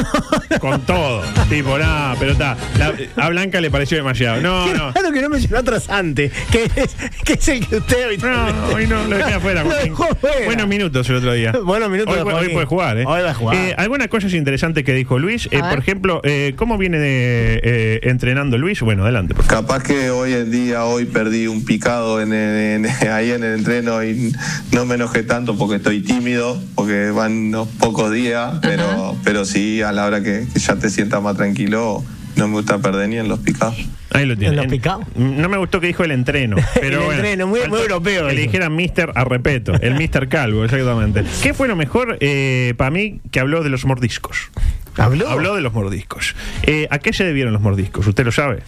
Speaker 8: con todo. Tipo, nada, pero está. La- A Blanca le pareció demasiado. No, no.
Speaker 5: Claro que no mencionó atrasante, que es, que es el que usted
Speaker 8: No,
Speaker 5: habitualmente-
Speaker 8: hoy no, lo dejé afuera.
Speaker 5: Lo dejó afuera.
Speaker 8: Buenos minutos el otro día.
Speaker 5: Buenos minutos
Speaker 8: Hoy,
Speaker 5: de
Speaker 8: hoy
Speaker 5: Joaquín.
Speaker 8: puede jugar, ¿eh?
Speaker 5: Hoy va a jugar.
Speaker 8: Eh, algunas cosas interesantes que dijo Luis. Eh,
Speaker 9: A ver.
Speaker 8: por ejemplo, eh, ¿cómo viene de, eh, entrenando Luis? Bueno, adelante. por favor.
Speaker 16: Capaz que hoy en día, hoy perdí un picado en, en- en- ahí en el entreno y no me enojé tanto porque estoy tímido, porque van unos pocos días, pero, pero sí, a la hora que, que ya te sientas más tranquilo, no me gusta perder ni en los picados.
Speaker 8: Ahí lo tiene.
Speaker 5: ¿En los picados?
Speaker 8: No me gustó que dijo el entreno. Pero
Speaker 5: El
Speaker 8: bueno,
Speaker 5: entreno, muy- muy
Speaker 8: faltó
Speaker 5: europeo
Speaker 8: Que
Speaker 5: eso.
Speaker 8: le dijeran Mister a repeto, el Mister Calvo, exactamente. ¿Qué fue lo mejor eh, para mí que habló de los mordiscos?
Speaker 5: ¿Habló?
Speaker 8: Habló de los mordiscos. Eh, ¿A qué se debieron los mordiscos? ¿Usted lo sabe?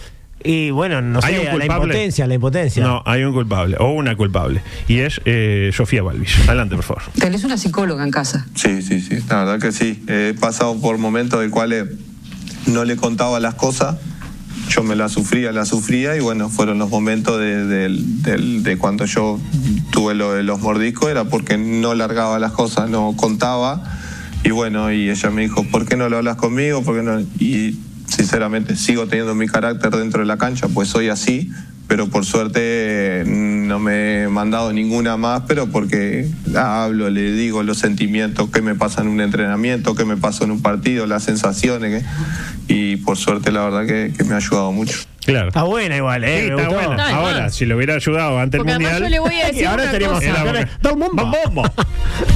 Speaker 5: Y bueno, no
Speaker 8: ¿Hay un
Speaker 5: sé, la
Speaker 8: culpable?
Speaker 5: impotencia, la impotencia.
Speaker 8: No, hay un culpable o una culpable. Y es eh, Sofía Balvis. Adelante, por favor.
Speaker 15: Tenés una psicóloga en casa.
Speaker 16: Sí, sí, sí, la verdad que sí. He pasado por momentos en cuales no le contaba las cosas, yo me la sufría, la sufría, y bueno, fueron los momentos de, del- del- de cuando yo tuve lo de los mordiscos, era porque no largaba las cosas, no contaba, y bueno, y ella me dijo, ¿por qué no lo hablas conmigo? ¿Por qué no? Y sinceramente sigo teniendo mi carácter dentro de la cancha, pues soy así. Pero por suerte eh, no me he mandado ninguna más, pero porque hablo, le digo los sentimientos que me pasan en un entrenamiento, que me pasó en un partido, las sensaciones. que- y por suerte la verdad que, que me ha ayudado mucho.
Speaker 8: Claro.
Speaker 5: Está buena igual, ¿eh?
Speaker 8: Sí,
Speaker 5: Me
Speaker 8: está
Speaker 5: gustó.
Speaker 8: buena.
Speaker 9: No,
Speaker 8: Ahora,
Speaker 9: además.
Speaker 8: si lo hubiera ayudado antes
Speaker 9: Porque
Speaker 8: del
Speaker 9: además
Speaker 8: mundial.
Speaker 9: yo le voy a decir
Speaker 8: y ahora
Speaker 9: una
Speaker 8: estaríamos
Speaker 9: cosa.
Speaker 8: acá, ahora- ¡Da un bombo!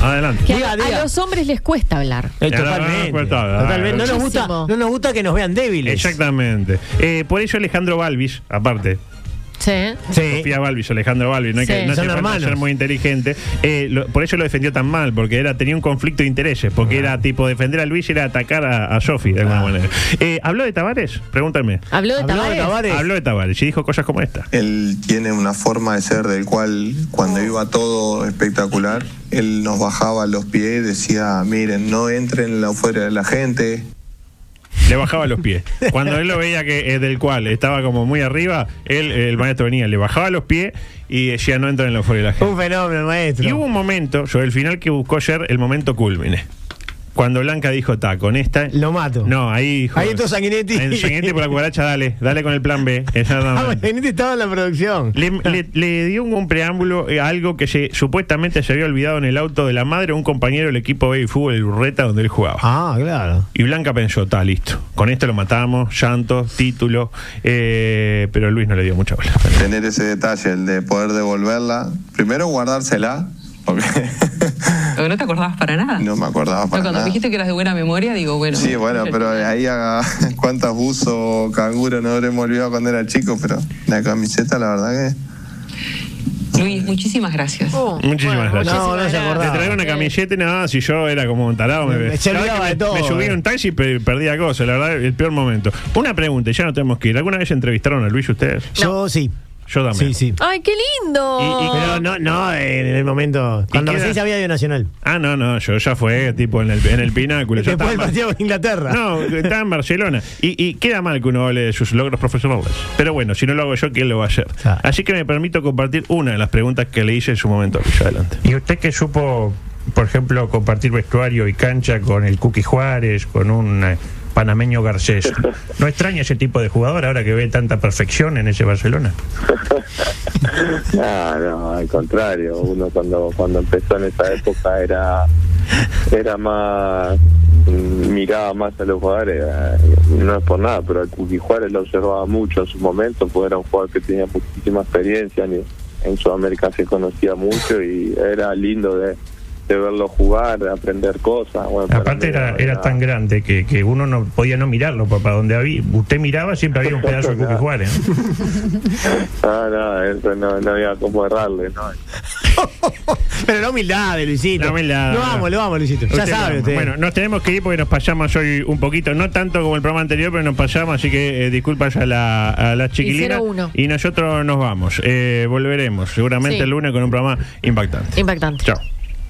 Speaker 8: Adelante.
Speaker 9: Que
Speaker 5: Diga,
Speaker 9: a,
Speaker 5: diga.
Speaker 9: a los hombres les cuesta hablar.
Speaker 5: Eh,
Speaker 8: Ya,
Speaker 5: totalmente.
Speaker 8: pues, está,
Speaker 5: Totalmente. No nos, gusta,
Speaker 9: Muchísimo.
Speaker 5: no nos gusta que nos vean débiles.
Speaker 8: Exactamente. Eh, por ello Alejandro Balvis, aparte,
Speaker 9: Sí.
Speaker 5: Sí.
Speaker 8: Sofía Balvis, Alejandro Balvis, no, hay que,
Speaker 9: Sí.
Speaker 8: no hace
Speaker 5: Son
Speaker 8: falta
Speaker 5: hermanos.
Speaker 8: ser muy inteligente. Eh, lo- por ello lo defendió tan mal, porque era tenía un conflicto de intereses, porque era tipo defender a Luis y era atacar a, a Sofi de
Speaker 5: Ah.
Speaker 8: alguna manera. Eh, ¿Habló de Tavares? Pregúntame.
Speaker 9: Habló de
Speaker 5: Habló de
Speaker 9: Tavares.
Speaker 5: Tavares.
Speaker 8: Habló de Tavares y dijo cosas como esta.
Speaker 16: Él tiene una forma de ser del cual cuando iba todo espectacular, él nos bajaba los pies y decía, miren, no entren la fuera de la gente.
Speaker 8: Le bajaba los pies. Cuando él lo veía que eh, del cual estaba como muy arriba, él, eh, el maestro venía, le bajaba los pies y decía no entren en la fuera de la gente.
Speaker 5: Un fenómeno, maestro.
Speaker 8: Y hubo un momento, sobre el final que buscó ayer, el momento culmine. Cuando Blanca dijo, ta, con esta.
Speaker 5: Lo mato.
Speaker 8: No, ahí dijo.
Speaker 5: Ahí entró Sanguinetti.
Speaker 8: En Sanguinetti por la cucaracha, dale, dale con el plan B. Eh, exactamente.
Speaker 5: Ah, Sanguinetti estaba en la producción.
Speaker 8: Le, le- le dio un, un preámbulo eh, a algo que se- supuestamente se había olvidado en el auto de la madre de un compañero del equipo de fútbol, el Urreta, donde él jugaba.
Speaker 5: Ah, claro.
Speaker 8: Y Blanca pensó, está listo, con esto lo matamos, llanto, título, eh, pero Luis no le dio mucha bola.
Speaker 16: Tener ese detalle, el de poder devolverla, primero guardársela, porque
Speaker 15: Porque no te acordabas para nada.
Speaker 16: no me acordaba
Speaker 15: No,
Speaker 16: para
Speaker 15: cuando
Speaker 16: nada.
Speaker 15: dijiste que eras de buena memoria, digo, Oh, bueno.
Speaker 16: Sí, bueno, pero ahí haga cuántas buzos, canguro, no habremos olvidado cuando era chico, pero la camiseta la verdad que...
Speaker 15: Luis, muchísimas gracias.
Speaker 9: Oh,
Speaker 8: Muchísimas gracias.
Speaker 5: No, no se
Speaker 8: Te
Speaker 5: acordaba.
Speaker 8: traía una camiseta y nada, si yo era como un tarado. Me,
Speaker 5: Ah. Me- se
Speaker 8: cada vez
Speaker 5: olvidaba
Speaker 8: que
Speaker 5: de todo,
Speaker 8: me subí en un taxi y pe- perdía cosas, la verdad, el peor momento. Una pregunta, y ya no tenemos que ir. ¿Alguna vez entrevistaron a Luis ustedes?
Speaker 5: Yo sí.
Speaker 8: Yo también.
Speaker 5: Sí, sí.
Speaker 9: Ay, qué lindo.
Speaker 8: Y- y-
Speaker 5: Pero no, no, en el momento. Cuando
Speaker 8: queda-
Speaker 5: recién se había ido Nacional.
Speaker 8: Ah, no, no, yo ya fue tipo en el, en el pináculo. yo
Speaker 5: Después del
Speaker 8: estaba en
Speaker 5: partido con Inglaterra.
Speaker 8: Bar- No, estaba en Barcelona. Y, y queda mal que uno hable de sus logros profesionales. Pero bueno, si no lo hago yo, ¿quién lo va a hacer?
Speaker 5: Claro.
Speaker 8: Así que me permito compartir una de las preguntas que le hice en su momento. Luis. Adelante.
Speaker 17: ¿Y usted que supo, por ejemplo, compartir vestuario y cancha con el Cuqui Juárez, con un eh, panameño Garcés? ¿No extraña ese tipo de jugador ahora que ve tanta perfección en ese Barcelona?
Speaker 6: No, no, al contrario, uno cuando cuando empezó en esa época era era más mm, miraba más a los jugadores, eh, no es por nada, pero al Cuqui Juárez lo observaba mucho en su momento, porque era un jugador que tenía muchísima experiencia, en, en Sudamérica se conocía mucho y era lindo de, de verlo jugar, de aprender cosas. Bueno, para
Speaker 17: Aparte
Speaker 6: mí
Speaker 17: era, era
Speaker 6: era-
Speaker 17: tan grande que, que uno no podía no mirarlo, papá. Donde había, usted miraba siempre había un pedazo de Cuqui Juárez. ¿no?
Speaker 6: No, Ah, no, eso no, no había cómo errarle, no.
Speaker 5: Pero la humildad de Luisito.
Speaker 8: La humildad.
Speaker 5: Lo amo, lo amo, Luisito. Ya
Speaker 8: Usted
Speaker 5: sabe
Speaker 8: lo-
Speaker 5: usted.
Speaker 8: Bueno, nos tenemos que ir porque nos pasamos hoy un poquito, no tanto como el programa anterior, pero nos pasamos, así que eh, disculpas a la, a la chiquilina.
Speaker 9: 0-1.
Speaker 8: Y, nosotros nos vamos. Eh, volveremos seguramente
Speaker 9: Sí.
Speaker 8: el lunes con un programa impactante.
Speaker 9: Impactante.
Speaker 8: Chao.